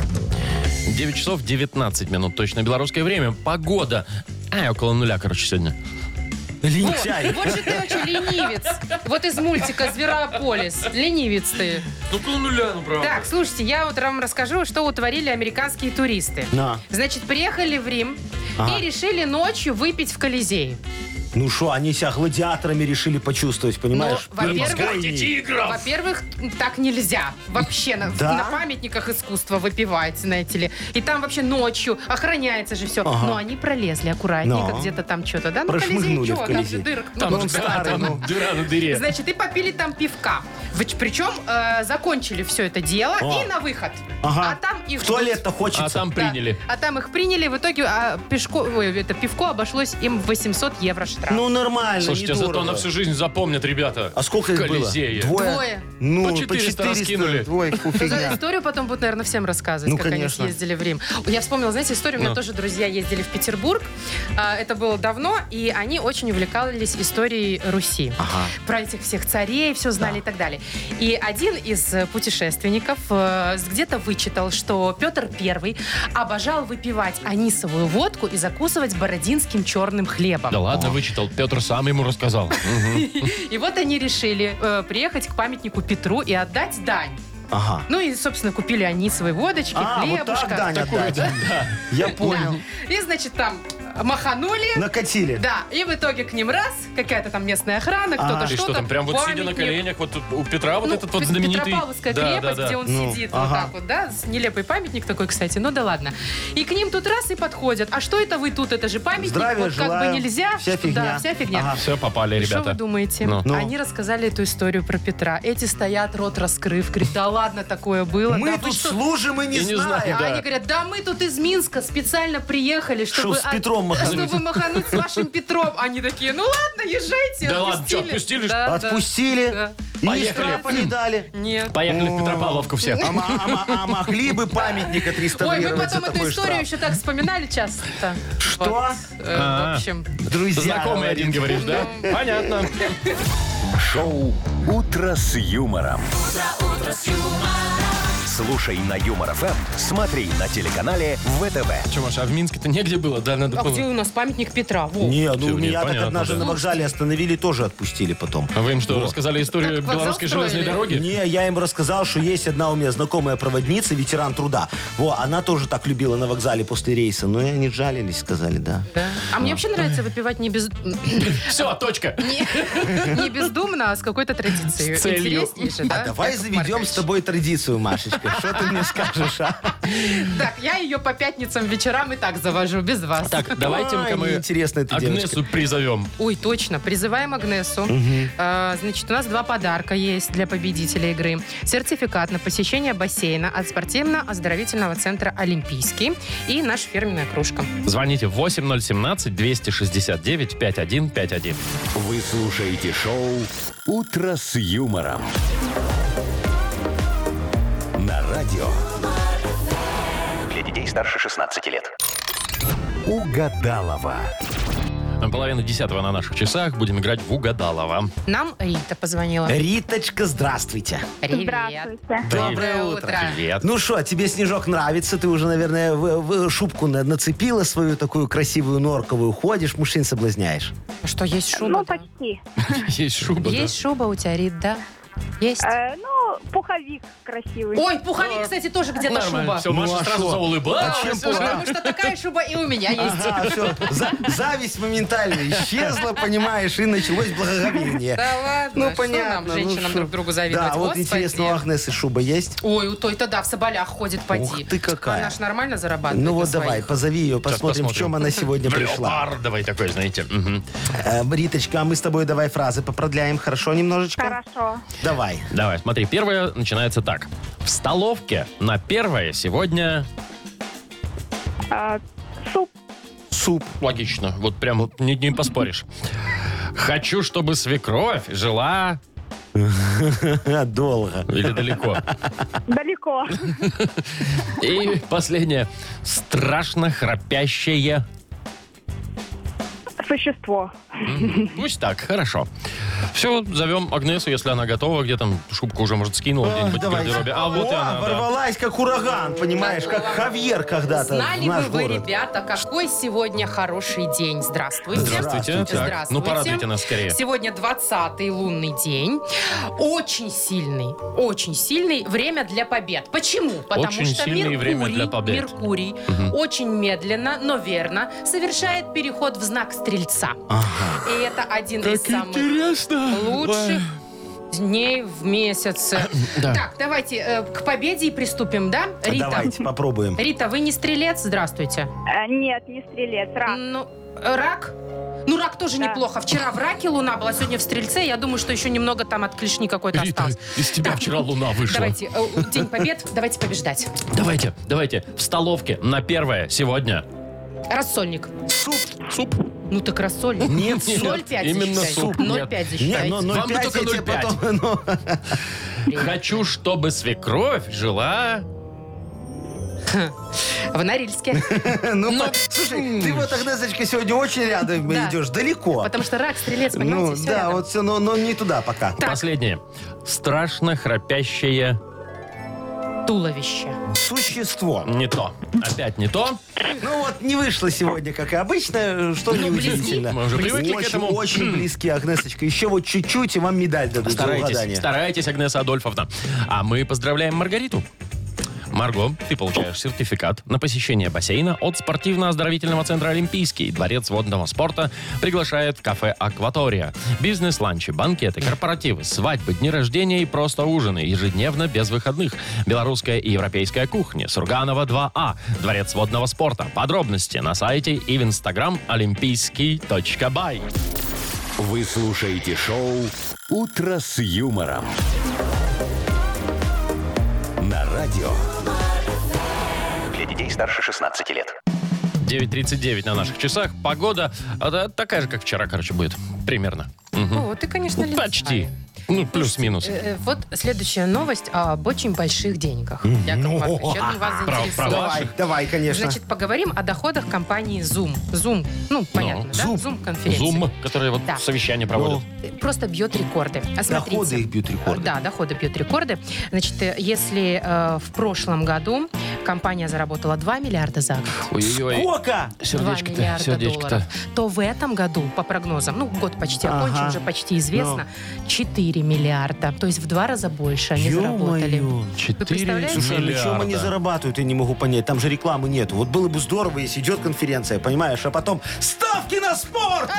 S2: 9 часов 19 минут, точно белорусское время. Погода. А, около нуля, короче, сегодня.
S4: Лентяй.
S3: Вот же ты очень ленивец. Вот из мультика «Зверополис». Ленивец ты.
S2: Около нуля, ну правда.
S3: Так, слушайте, я вот вам расскажу, что утворили американские туристы.
S4: На.
S3: Значит, приехали в Рим и решили ночью выпить в Колизее.
S4: Ну что, они себя гладиаторами решили почувствовать, понимаешь?
S3: Ну, во-первых,
S4: Превосходнее.
S3: Во-первых, так нельзя вообще на,
S4: Да?
S3: на памятниках искусства выпивать, знаете ли. И там вообще ночью охраняется же все.
S4: Ага.
S3: Но они пролезли аккуратненько,
S4: Но.
S3: где-то там что-то, да? Ну,
S4: Прошмыгнули
S3: Колизей,
S4: в
S3: чего? Там же
S4: Колизей.
S3: дырок.
S2: Там
S3: ну,
S2: же
S3: кстати,
S2: дыра,
S3: ну.
S2: там дыра на дыре.
S3: Значит, и попили там пивка. В- Причем э, закончили все это дело
S4: О.
S3: и на выход.
S4: Ага.
S3: А там их
S4: В
S3: ждут.
S4: туалет-то хочется.
S2: А там
S3: Да.
S2: приняли.
S3: А там их приняли, в итоге а, пешко, ой, это пивко обошлось им в 800 евро штраф.
S4: Ну нормально,
S2: Слушайте,
S4: недорого.
S2: зато на всю жизнь запомнят, ребята.
S4: А сколько
S2: В
S4: их было?
S2: Колизее.
S3: Двое.
S4: Ну,
S2: По 400 раскинули.
S4: Двое,
S3: Ну,
S4: фу,
S3: за
S4: фигня.
S3: историю потом будут, наверное, всем рассказывать,
S4: Ну,
S3: как
S4: конечно.
S3: они съездили в Рим. Я вспомнила, знаете, историю, у меня
S2: Ну.
S3: тоже друзья ездили в Петербург. А, Это было давно, и они очень увлекались историей Руси. Про этих всех царей, все знали и так далее. И один из э, путешественников э, где-то вычитал, что Петр Первый обожал выпивать анисовую водку и закусывать бородинским черным хлебом.
S2: Да ладно, вычитал. Петр сам ему рассказал. Мгм.
S3: И вот они решили э, приехать к памятнику Петру и отдать дань.
S4: Ага.
S3: Ну и, собственно, купили они свои водочки,
S4: А, вот
S3: хлебушка.
S4: так, Даня, да. Я понял.
S3: И, значит, там маханули.
S4: Накатили.
S3: Да, и в итоге к ним раз, какая-то там местная охрана, кто-то
S4: А.
S2: И
S3: что-то.
S2: что там, прям вот сидя на
S3: памятник.
S2: коленях, вот тут у Петра вот
S3: Ну,
S2: этот вот
S3: Пет-
S2: знаменитый...
S3: Петропавловская
S2: Да,
S3: крепость,
S2: да, да.
S3: где он
S4: Ну,
S3: сидит, вот
S4: ага.
S3: так вот, да, с- нелепый памятник такой, кстати, ну да ладно. И к ним тут раз и подходят, а что это вы тут, это же памятник,
S4: Здравия
S3: вот как
S4: желаю.
S3: бы нельзя,
S4: Вся
S3: что- да,
S4: фигня.
S3: вся фигня.
S4: Ага.
S2: Все, попали,
S3: И Что вы
S2: ребята.
S3: думаете?
S2: Ну.
S4: Ну.
S3: Они рассказали эту историю про Петра. Эти стоят, рот раскрыв, говорит, да ладно, такое было. да
S4: Мы
S3: вы
S4: тут
S3: что?»
S4: служим и не
S2: Я не
S4: знаем.
S2: знаю,
S3: А
S2: да.
S3: они говорят, да мы тут из Минска специально приехали, чтобы...
S4: Чтоб с Петром махануть.
S3: Чтобы махануть с вашим Петром. Они такие, ну ладно, езжайте.
S2: Да ладно, чё, отпустили, что ли?
S3: Да, да.
S4: Отпустили
S3: Да.
S4: и ни
S2: Поехали.
S4: штрафа не дали.
S3: Нет.
S2: Поехали в Петропавловку все.
S4: А, м- а м- а могли бы памятник
S3: Ой,
S4: отреставрировать
S3: мы потом
S4: за
S3: эту
S4: такой
S3: историю
S4: штраф.
S3: еще так вспоминали часто.
S4: Что?
S3: Вот. Э,
S2: А.
S3: В общем,
S4: Друзья,
S2: Знакомый
S4: говорит.
S2: один, говоришь, да? Понятно.
S1: Шоу «Утро с юмором». Слушай на Юмор ФМ, смотри на телеканале ВТВ.
S2: Че, Маша, а в Минске-то негде было? Да, надо
S3: а где
S2: было.
S3: у нас памятник Петра? Во.
S4: Не,
S2: Всё,
S4: ну
S2: не,
S4: меня так
S2: понятно,
S4: однажды
S2: да.
S4: на вокзале остановили, тоже отпустили потом.
S2: А вы им что, рассказали историю
S3: Так, вокзал
S2: белорусской
S3: строили.
S2: железной дороги?
S4: Не, я им рассказал, что есть одна у меня знакомая проводница, ветеран труда. Во, она тоже так любила на вокзале после рейса. Но и они жалились, сказали, да.
S3: Да. А мне вообще нравится выпивать не, без...
S2: Все, точка.
S3: не бездумно, а с какой-то традицией.
S2: С целью.
S3: Интереснее же, да?
S4: А давай
S3: Яков
S4: заведем
S3: Маркович?
S4: с тобой традицию, Машечка. Что ты мне скажешь, а?
S3: Так, я ее по пятницам вечерам и так завожу, без вас.
S2: Так, давайте-ка
S4: Ай,
S2: мы
S4: неинтересная ты
S2: Агнесу призовем.
S3: Ой, точно. Призываем Агнесу. А, значит, у нас два подарка есть для победителя игры. Сертификат на посещение бассейна от спортивно-оздоровительного центра «Олимпийский» и наша фирменная кружка.
S2: Звоните 8017-269-5151.
S1: Вы слушаете шоу «Утро с юмором». На радио
S6: Для детей старше 16 лет.
S1: «Угадалова».
S2: Половина десятого на наших часах. Будем играть в Угадалова.
S3: Нам Рита позвонила.
S4: Риточка, здравствуйте.
S3: Привет.
S5: Здравствуйте.
S4: Доброе
S3: утро.
S4: утро.
S2: Привет.
S4: Ну что, тебе снежок нравится? Ты уже, наверное, в- в шубку на- нацепила свою такую красивую норковую. Ходишь, мужчин соблазняешь.
S3: А Что, есть шуба?
S5: Ну,
S3: да?
S5: почти.
S2: Есть
S4: Ну
S2: шуба, да?
S3: Есть шуба у тебя, Рит, да? Есть?
S5: Э, ну, пуховик красивый.
S3: Ой, пуховик, кстати, тоже где-то
S2: Нормально.
S3: шуба.
S2: Все,
S4: Ну,
S2: Маша
S4: а
S2: сразу
S4: шо?
S2: заулыбалась.
S3: А,
S2: Всё,
S3: Потому что такая шуба и у меня есть.
S4: Ага, все. А, зависть моментально исчезла, понимаешь, и началось благоговение.
S3: Да ладно,
S4: Ну, понятно.
S3: что нам,
S4: ну,
S3: женщинам
S4: шо.
S3: друг другу завидовать?
S4: Да, вот
S3: Господи.
S4: интересно, у Агнесы шуба есть?
S3: Ой, у той-то да, в соболях ходит, поди.
S4: Ух ты какая.
S3: Она ж нормально зарабатывает
S4: Ну
S3: на
S4: вот давай,
S3: своих.
S4: позови ее, посмотрим, в
S2: посмотрим.
S4: чем она сегодня
S2: В
S4: пришла.
S2: леопардовой такой, знаете. Мгм.
S4: Э, Риточка, а мы с тобой давай фразы попродляем, хорошо немножечко?
S5: Хорошо.
S4: Давай.
S2: Давай, смотри, первое начинается так. В столовке на первое сегодня...
S5: Э, суп.
S4: Суп.
S2: Логично, вот прям вот не, не поспоришь. Хочу, чтобы свекровь жила
S4: Ха, Долго.
S2: или далеко.
S5: Далеко.
S2: И последнее. Страшно храпящее.
S5: Существо.
S2: Пусть так, хорошо. Все, зовем Агнесу, если она готова, где там шубку уже, может, скинула где-нибудь в
S4: Давай.
S2: гардеробе. А вот и
S4: О,
S2: она, да.
S4: ворвалась, как ураган, понимаешь, как Хавьер когда-то
S3: Знали
S4: в наш
S3: бы вы,
S4: город.
S3: ребята, какой сегодня хороший день. Здравствуйте.
S2: Здравствуйте. Так,
S3: Здравствуйте.
S2: ну порадуйте нас скорее.
S3: Сегодня 20-й лунный день. Очень сильный, очень сильный. Время для побед. Почему? Потому
S2: Очень
S3: что
S2: сильное
S3: Меркурий,
S2: время для побед.
S3: Меркурий
S2: Мгм.
S3: очень медленно, но верно совершает переход в знак Стрельца. И это один из самых лучших дней в месяце.
S2: Да.
S3: Так, давайте э, к победе и приступим, да, Рита?
S4: Давайте попробуем.
S3: Рита, вы не стрелец? Здравствуйте.
S11: Э, Нет, не стрелец, рак.
S3: Ну, э, рак? Ну, рак тоже неплохо. Вчера в раке луна была, сегодня в стрельце. Я думаю, что еще немного там от клешни какой-то
S2: Рита,
S3: осталось.
S2: из тебя
S3: Так. ну,
S2: вчера луна вышла.
S3: Давайте, э, День Побед, давайте побеждать.
S2: Давайте, давайте. В столовке на первое сегодня.
S3: Рассольник.
S4: Суп.
S2: Суп.
S3: Ну так рассольник.
S2: Нет, нет,
S3: 0,5
S2: именно
S3: засчитай.
S2: суп, нет.
S3: 0,5 засчитайте.
S4: но
S2: Вам бы
S4: 0,5
S2: только
S4: ну, я тебе
S2: 0,5.
S4: потом- ну,
S2: Хочу, чтобы свекровь жила...
S3: В Норильске.
S4: ну,
S2: Но-
S4: по- Слушай, ты вот, Агнесочка, сегодня очень рядом
S3: Да.
S4: идешь, далеко.
S3: Потому что рак, стрелец,
S4: Ну,
S3: понимаете, все
S4: да,
S3: рядом.
S4: вот все, но но не туда пока.
S2: Последнее. Страшно храпящее...
S3: Туловище.
S4: Существо.
S2: Не то. Опять не то.
S4: Ну вот, не вышло сегодня, как и обычно, что
S3: Ну, близки.
S4: неудивительно.
S2: Мы уже привыкли к
S4: Очень-
S2: этому.
S4: Очень близки, Агнесочка. Еще вот чуть-чуть, и вам медаль дадут за
S2: Старайтесь,
S4: угадание.
S2: старайтесь, Агнеса Адольфовна. А мы поздравляем Маргариту. Марго, ты получаешь сертификат на посещение бассейна от спортивно-оздоровительного центра «Олимпийский». Дворец водного спорта приглашает в кафе «Акватория». Бизнес-ланчи, банкеты, корпоративы, свадьбы, дни рождения и просто ужины ежедневно без выходных. Белорусская и европейская кухни. Сурганова 2А. Дворец водного спорта. Подробности на сайте и в инстаграм олимпийский.бай.
S1: Вы слушаете шоу «Утро с юмором». На радио.
S6: Для детей старше 16 лет.
S2: 9.39 на наших часах. Погода а, да, такая же, как вчера, короче, будет. Примерно. Мгм.
S3: О, ты, конечно,
S2: Ну,
S3: лентяй.
S2: Почти. Ну, плюс-минус.
S3: Э, э, Вот следующая новость об очень больших деньгах. Яков Маркович, я думаю, вас
S2: Ну, Прав-
S3: заинтересовало.
S2: права.
S4: Давай, давай, конечно.
S3: Значит, поговорим о доходах компании Zoom. Zoom, ну, понятно, да?
S4: Zoom.
S3: конференция.
S2: Зум, который вот
S3: Да.
S2: совещание проводит.
S3: Просто бьет рекорды. А смотрите.
S4: Доходы их бьют рекорды.
S3: Да, доходы бьют рекорды. Значит, э, если э, в прошлом году компания заработала 2 миллиарда за год,
S2: Ой-ой-ой.
S4: Сколько?
S3: 2
S2: Сердечко-то,
S3: миллиарда долларов,
S2: сердечко-то.
S3: то в этом году, по прогнозам, ну, год почти
S4: Ага.
S3: окончен, уже почти известно, 4 миллиарда. То есть в два раза больше они заработали.
S4: Ё-моё.
S2: Четыре
S3: представляете?
S4: Слушай, на чем они
S2: миллиарда.
S4: зарабатывают, я не могу понять. Там же рекламы нет. Вот было бы здорово, если идет конференция, понимаешь, а потом ставки на спорт!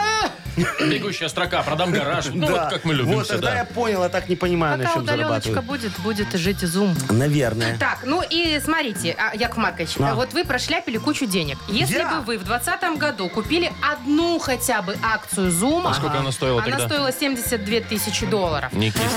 S2: Бегущая строка, продам гараж. Ну,
S4: Да.
S2: вот как мы любим
S4: Вот тогда я
S2: всегда.
S4: понял, а так не понимаю, на
S3: Пока
S4: чем
S3: удаленочка
S4: зарабатывают.
S3: будет, будет жить Zoom.
S4: Наверное.
S3: Так, ну и смотрите, а, Яков Маркович,
S4: А.
S3: а вот вы прошляпили кучу денег. Если
S4: Я?
S3: бы вы в 2020 году купили одну хотя бы акцию Зума,
S2: А сколько она стоила
S3: она
S2: тогда?
S3: стоила 72 тысячи долларов,
S2: Не кисло.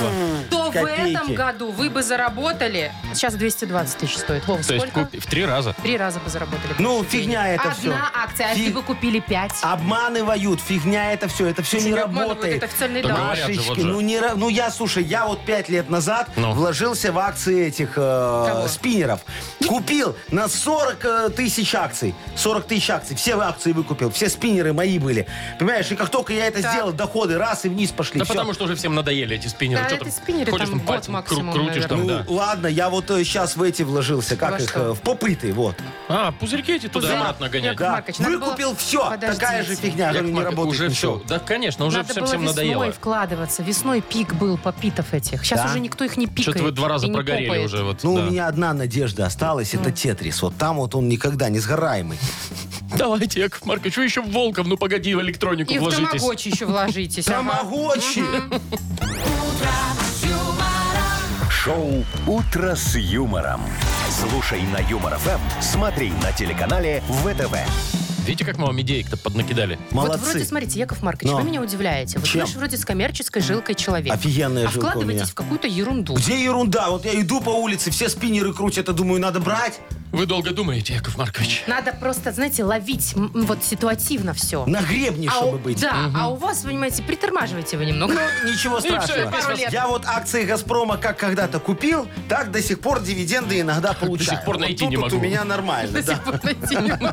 S3: то в
S4: Ну, Копейки.
S3: этом году вы бы заработали... Сейчас 220 тысяч стоит. Вов,
S2: То есть
S3: сколько?
S2: купи- в три раза.
S3: Три раза бы заработали.
S4: Ну,
S3: больше
S4: фигня
S3: денег.
S4: это
S3: Одна
S4: всё.
S3: акция, а
S4: Фиг-
S3: если вы купили пять?
S4: Обманывают, фигня это все, это все
S3: Почему
S4: не
S3: не обманывают?
S4: работает.
S3: Это официальные
S2: Так
S3: данные.
S2: говорят же, вот
S4: Машечки,
S2: же.
S4: ну не ра- ну я, слушай, я вот пять лет назад
S2: Ну.
S4: вложился в акции этих э,
S3: Кого?
S4: спиннеров. Купил на 40 э, тысяч акций. 40 тысяч акций. Все акции выкупил. Все спиннеры мои были. Понимаешь, и как только я это
S3: Так.
S4: сделал, доходы раз и вниз пошли.
S2: Да
S4: Всё.
S2: потому что уже всем надоели эти спиннеры.
S3: Да,
S2: Чё
S3: эти
S2: там
S3: спиннеры
S2: ходишь
S3: там год
S2: пальцем кру-
S3: максимум,
S2: крутишь там,
S4: Ну,
S2: да.
S4: ладно, я вот сейчас в эти вложился, как
S3: Во
S4: их,
S3: что?
S4: э, в попыты, вот.
S2: А, пузырьки эти
S3: Пузырь.
S2: туда-обратно гонять.
S3: Яков Маркович, надо было-
S4: Выкупил все, такая же
S3: Подождите.
S4: фигня,
S2: Яков
S4: говорю, не
S2: Маркович,
S4: работает
S2: уже
S4: ничего.
S2: все. Да, конечно, уже
S3: Надо
S2: всем,
S3: было
S2: всем
S3: весной
S2: надоело.
S3: вкладываться. Весной пик был попитов этих. Сейчас
S4: Да?
S3: уже никто их не пикает.
S2: Что-то вы два раза
S3: и не
S2: прогорели
S3: попает.
S2: уже. Вот,
S4: Ну,
S2: да.
S4: у меня одна надежда осталась, это Тетрис. Вот там вот он никогда не сгораемый.
S2: Давайте, Яков Маркович, вы еще в Волков, ну погоди, в электронику
S3: И в
S2: вложитесь.
S3: тамагочи еще вложитесь. ага.
S4: Тамагочи!
S1: Шоу «Утро с юмором». Слушай на Юмор ФМ, смотри на телеканале ВТВ.
S2: Видите, как мы вам идеек-то поднакидали?
S4: Молодцы.
S3: Вот вроде, смотрите, Яков Маркович,
S4: Но.
S3: вы меня удивляете. Вот
S4: Чем?
S3: вы же вроде с коммерческой жилкой человек.
S4: Офигенная
S3: а
S4: жилка у
S3: вкладываетесь
S4: меня.
S3: в какую-то ерунду.
S4: Где ерунда? Вот я иду по улице, все спиннеры крутят, я думаю, надо брать.
S2: Вы долго думаете, Яков Маркович?
S3: Надо просто, знаете, ловить м, м, вот ситуативно все.
S4: На гребне, чтобы
S3: А у,
S4: быть.
S3: Да,
S4: Мгм.
S3: а у вас, понимаете, притормаживаете вы немного.
S4: Ну, ничего
S3: И всё,
S4: страшного.
S3: опять вас-
S4: Я вот акции «Газпрома» как когда-то купил, так до сих пор дивиденды иногда получаю.
S2: сих пор
S4: Вот
S2: найти
S4: тут
S2: не
S4: вот
S2: могу.
S4: у меня нормально,
S3: До
S4: да.
S3: сих пор найти не могу.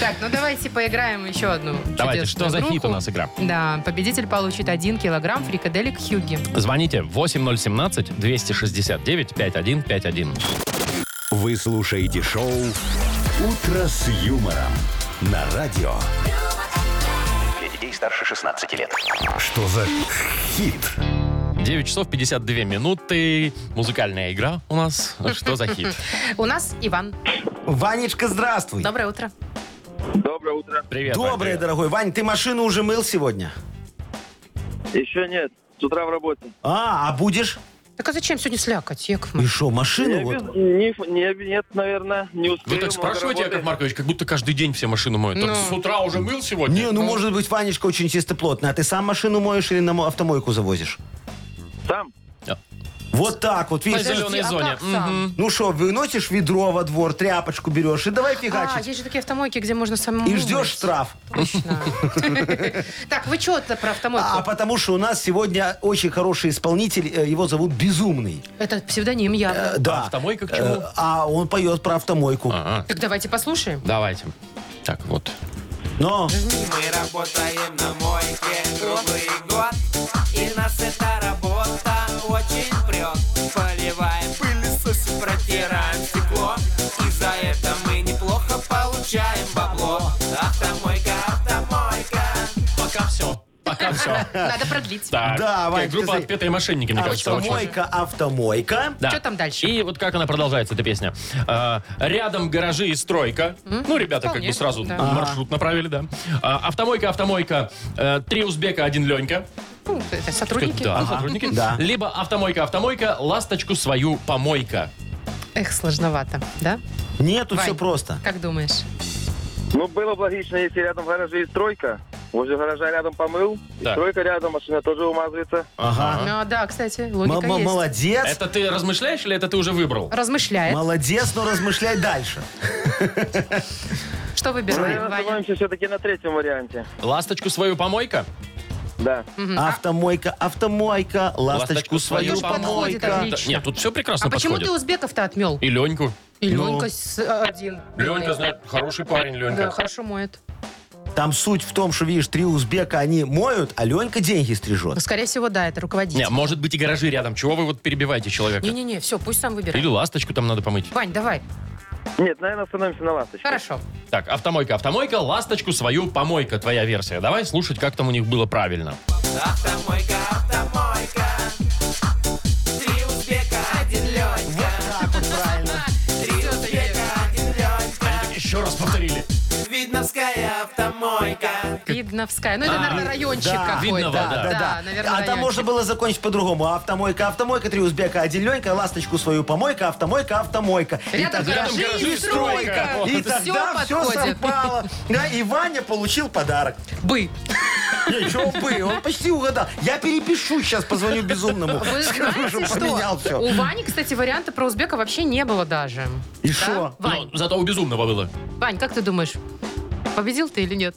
S3: Так, ну давайте поиграем еще одну
S2: Давайте, что
S3: чудесную
S2: за хит
S3: игруху.
S2: у нас игра?
S3: Да, победитель получит 1 килограмм фрикаделек Хьюги.
S2: Звоните 8017-269-5151.
S1: Вы слушаете шоу «Утро с юмором» на радио.
S6: Для детей старше 16 лет.
S1: Что за хит?
S2: 9 часов 52 минуты. Музыкальная игра у нас. Что за хит?
S3: У нас Иван.
S4: Ванечка, здравствуй.
S3: Доброе утро.
S12: Доброе утро.
S2: Привет.
S4: Доброе, дорогой. Вань, ты машину уже мыл сегодня?
S12: Еще нет. С утра в работе.
S4: А, а будешь?
S3: Так а зачем сегодня слякать, Яков
S4: И что, машину
S12: Не
S4: вот?
S12: обез- не- не- нет, наверное, не успею.
S2: ну Вы так спрашиваете,
S12: Надо
S2: Яков Маркович, как будто каждый день все машину моют. Так
S12: Ну.
S2: с утра уже мыл сегодня?
S4: Не, ну может быть, Ванечка очень чистоплотная. А ты сам машину моешь или на мо- автомойку завозишь?
S12: Сам.
S4: Вот так вот, видишь?
S2: На зеленой Подожди, а зоне. как сам?
S4: Ну что, выносишь ведро во двор, тряпочку берешь и давай
S3: А,
S4: фигачить.
S3: есть же такие автомойки, где можно самому...
S4: И ждешь штраф.
S3: Так, вы что это про автомойку?
S4: А потому что у нас сегодня очень хороший исполнитель, э, его зовут Безумный.
S3: Это псевдоним явно.
S4: Э, Да.
S2: автомойка к
S4: Э,
S2: чему?
S4: А он поет про автомойку.
S3: Так давайте послушаем.
S2: Давайте. Так, вот.
S4: Но
S13: Мы работаем на мойке круглый год И нас эта работа очень прет Поливаем пылесосим, протираем стекло И за это мы неплохо получаем бабло Автомойка, автомойка
S2: Пока все. Пока все.
S3: Надо продлить.
S2: Так,
S4: Да, Вань,
S2: группа
S4: скажи.
S2: «Отпетые мошенники», мне кажется, очень.
S4: автомойка, автомойка.
S2: Да.
S3: Что там дальше?
S2: И вот как она продолжается, эта песня. А, рядом гаражи и стройка. Ну, ребята как
S3: вполне,
S2: бы сразу
S3: да.
S2: маршрут направили, да. А, автомойка, автомойка. э, три узбека, один Ленька.
S3: Ну, это сотрудники.
S2: Да,
S3: Ага.
S2: сотрудники. Либо автомойка, автомойка, ласточку свою помойка.
S3: Эх, сложновато, да?
S4: Нету
S3: Вань,
S4: все просто.
S3: Как думаешь?
S12: Ну, было бы логично, если рядом в гараже есть стройка. Возле гаража рядом помыл, и
S2: Так.
S12: стройка рядом, машина тоже умазывается.
S4: Ага.
S3: Ну, да, кстати, логика есть.
S4: Молодец.
S2: Это ты размышляешь или это ты уже выбрал?
S3: Размышляет.
S4: Молодец, но размышляй дальше.
S12: Наверное,
S3: Что выбираем, Ваня?
S12: остановимся все-таки на третьем варианте.
S2: Ласточку свою помойка?
S12: Да.
S3: А?
S4: Автомойка, автомойка, ласточку свою.
S3: свою подходит
S2: помойка.
S3: отлично.
S2: Да, Нет, тут все прекрасно
S3: А почему
S2: подходит.
S3: ты узбеков-то отмел?
S2: И Леньку.
S3: И
S2: Ну.
S3: Ленька с- один.
S2: Ленька знает, хороший парень Ленька.
S3: Да, хорошо моет.
S4: Там суть в том, что, видишь, три узбека они моют, а Ленька деньги стрижет.
S3: Ну, Скорее всего, да, это руководитель.
S2: Не, может быть и гаражи рядом. Чего вы вот перебиваете человека?
S3: Не-не-не, все, пусть сам
S2: Или
S3: выбирает.
S2: ласточку там надо помыть.
S3: Вань, давай.
S12: Нет, наверное, остановимся на ласточке.
S3: Хорошо.
S2: Так, автомойка, автомойка, ласточку свою помойка, твоя версия. Давай слушать, как там у них было правильно.
S13: Автомойка, автомойка Три узбека, один Ленька Три узбека, один Ленька
S2: Еще раз повторили.
S13: Видновская автомойка
S3: Видновская. Ну, это,
S2: А,
S3: наверное, райончик
S4: да,
S3: какой-то.
S2: Видново, да.
S3: наверное,
S4: а там
S3: райончик.
S4: можно было закончить по-другому. Автомойка, автомойка, три узбека, один Ленька, ласточку свою помойка, автомойка, автомойка.
S3: Рядом гаражи и стройка.
S4: И
S3: Вот.
S4: тогда
S3: Всё
S4: все,
S3: подходит.
S4: совпало. Да, и Ваня получил подарок.
S3: Бы.
S4: Ничего бы, он почти угадал. Я перепишу сейчас, позвоню безумному.
S3: Вы
S4: Скажу,
S3: знаете,
S4: что
S3: что?
S4: поменял все.
S3: У Вани, кстати, варианта про узбека вообще не было даже.
S4: И шо?
S3: Вань,
S2: Но зато у безумного было.
S3: Вань, как ты думаешь, победил ты или нет?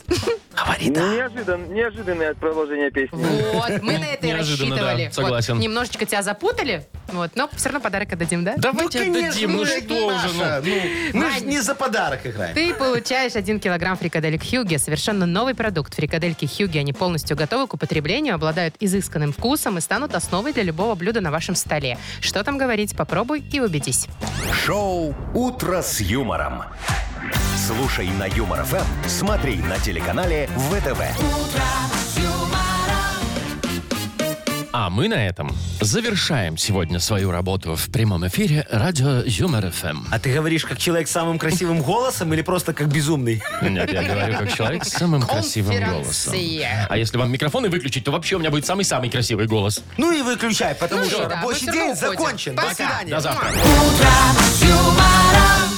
S12: Неожидан, неожиданное продолжение песни.
S3: Вот, мы на это и
S2: Неожиданно,
S3: рассчитывали.
S2: да,
S3: Вот,
S2: согласен.
S3: немножечко тебя запутали, вот, но все равно подарок отдадим, да?
S2: Давайте отдадим, ну что уже, ну.
S4: Маша, ну, мы же
S3: Вань.
S4: не за подарок играем.
S3: Ты получаешь 1 килограмм фрикаделек Хьюги. Совершенно новый продукт. Фрикадельки Хьюги, они полностью готовы к употреблению, обладают изысканным вкусом и станут основой для любого блюда на вашем столе. Что там говорить, попробуй и убедись.
S1: Шоу «Утро с юмором». Слушай на Юмор ФМ, смотри на телеканале ВТВ.
S2: А мы на этом завершаем сегодня свою работу в прямом эфире радио Юмор ФМ.
S4: А ты говоришь, как человек с самым красивым голосом или просто как безумный?
S2: Нет, я говорю как человек с самым красивым голосом.
S3: Конференция.
S2: А если вам микрофоны выключить, то вообще у меня будет самый-самый красивый голос.
S4: Ну и выключай, потому
S3: Ну и
S4: что
S3: да, мы
S4: рабочий
S3: всё равно
S4: день
S3: уходим.
S4: закончен. До
S3: Пока.
S4: свидания.
S2: До завтра.
S13: Утро с юмором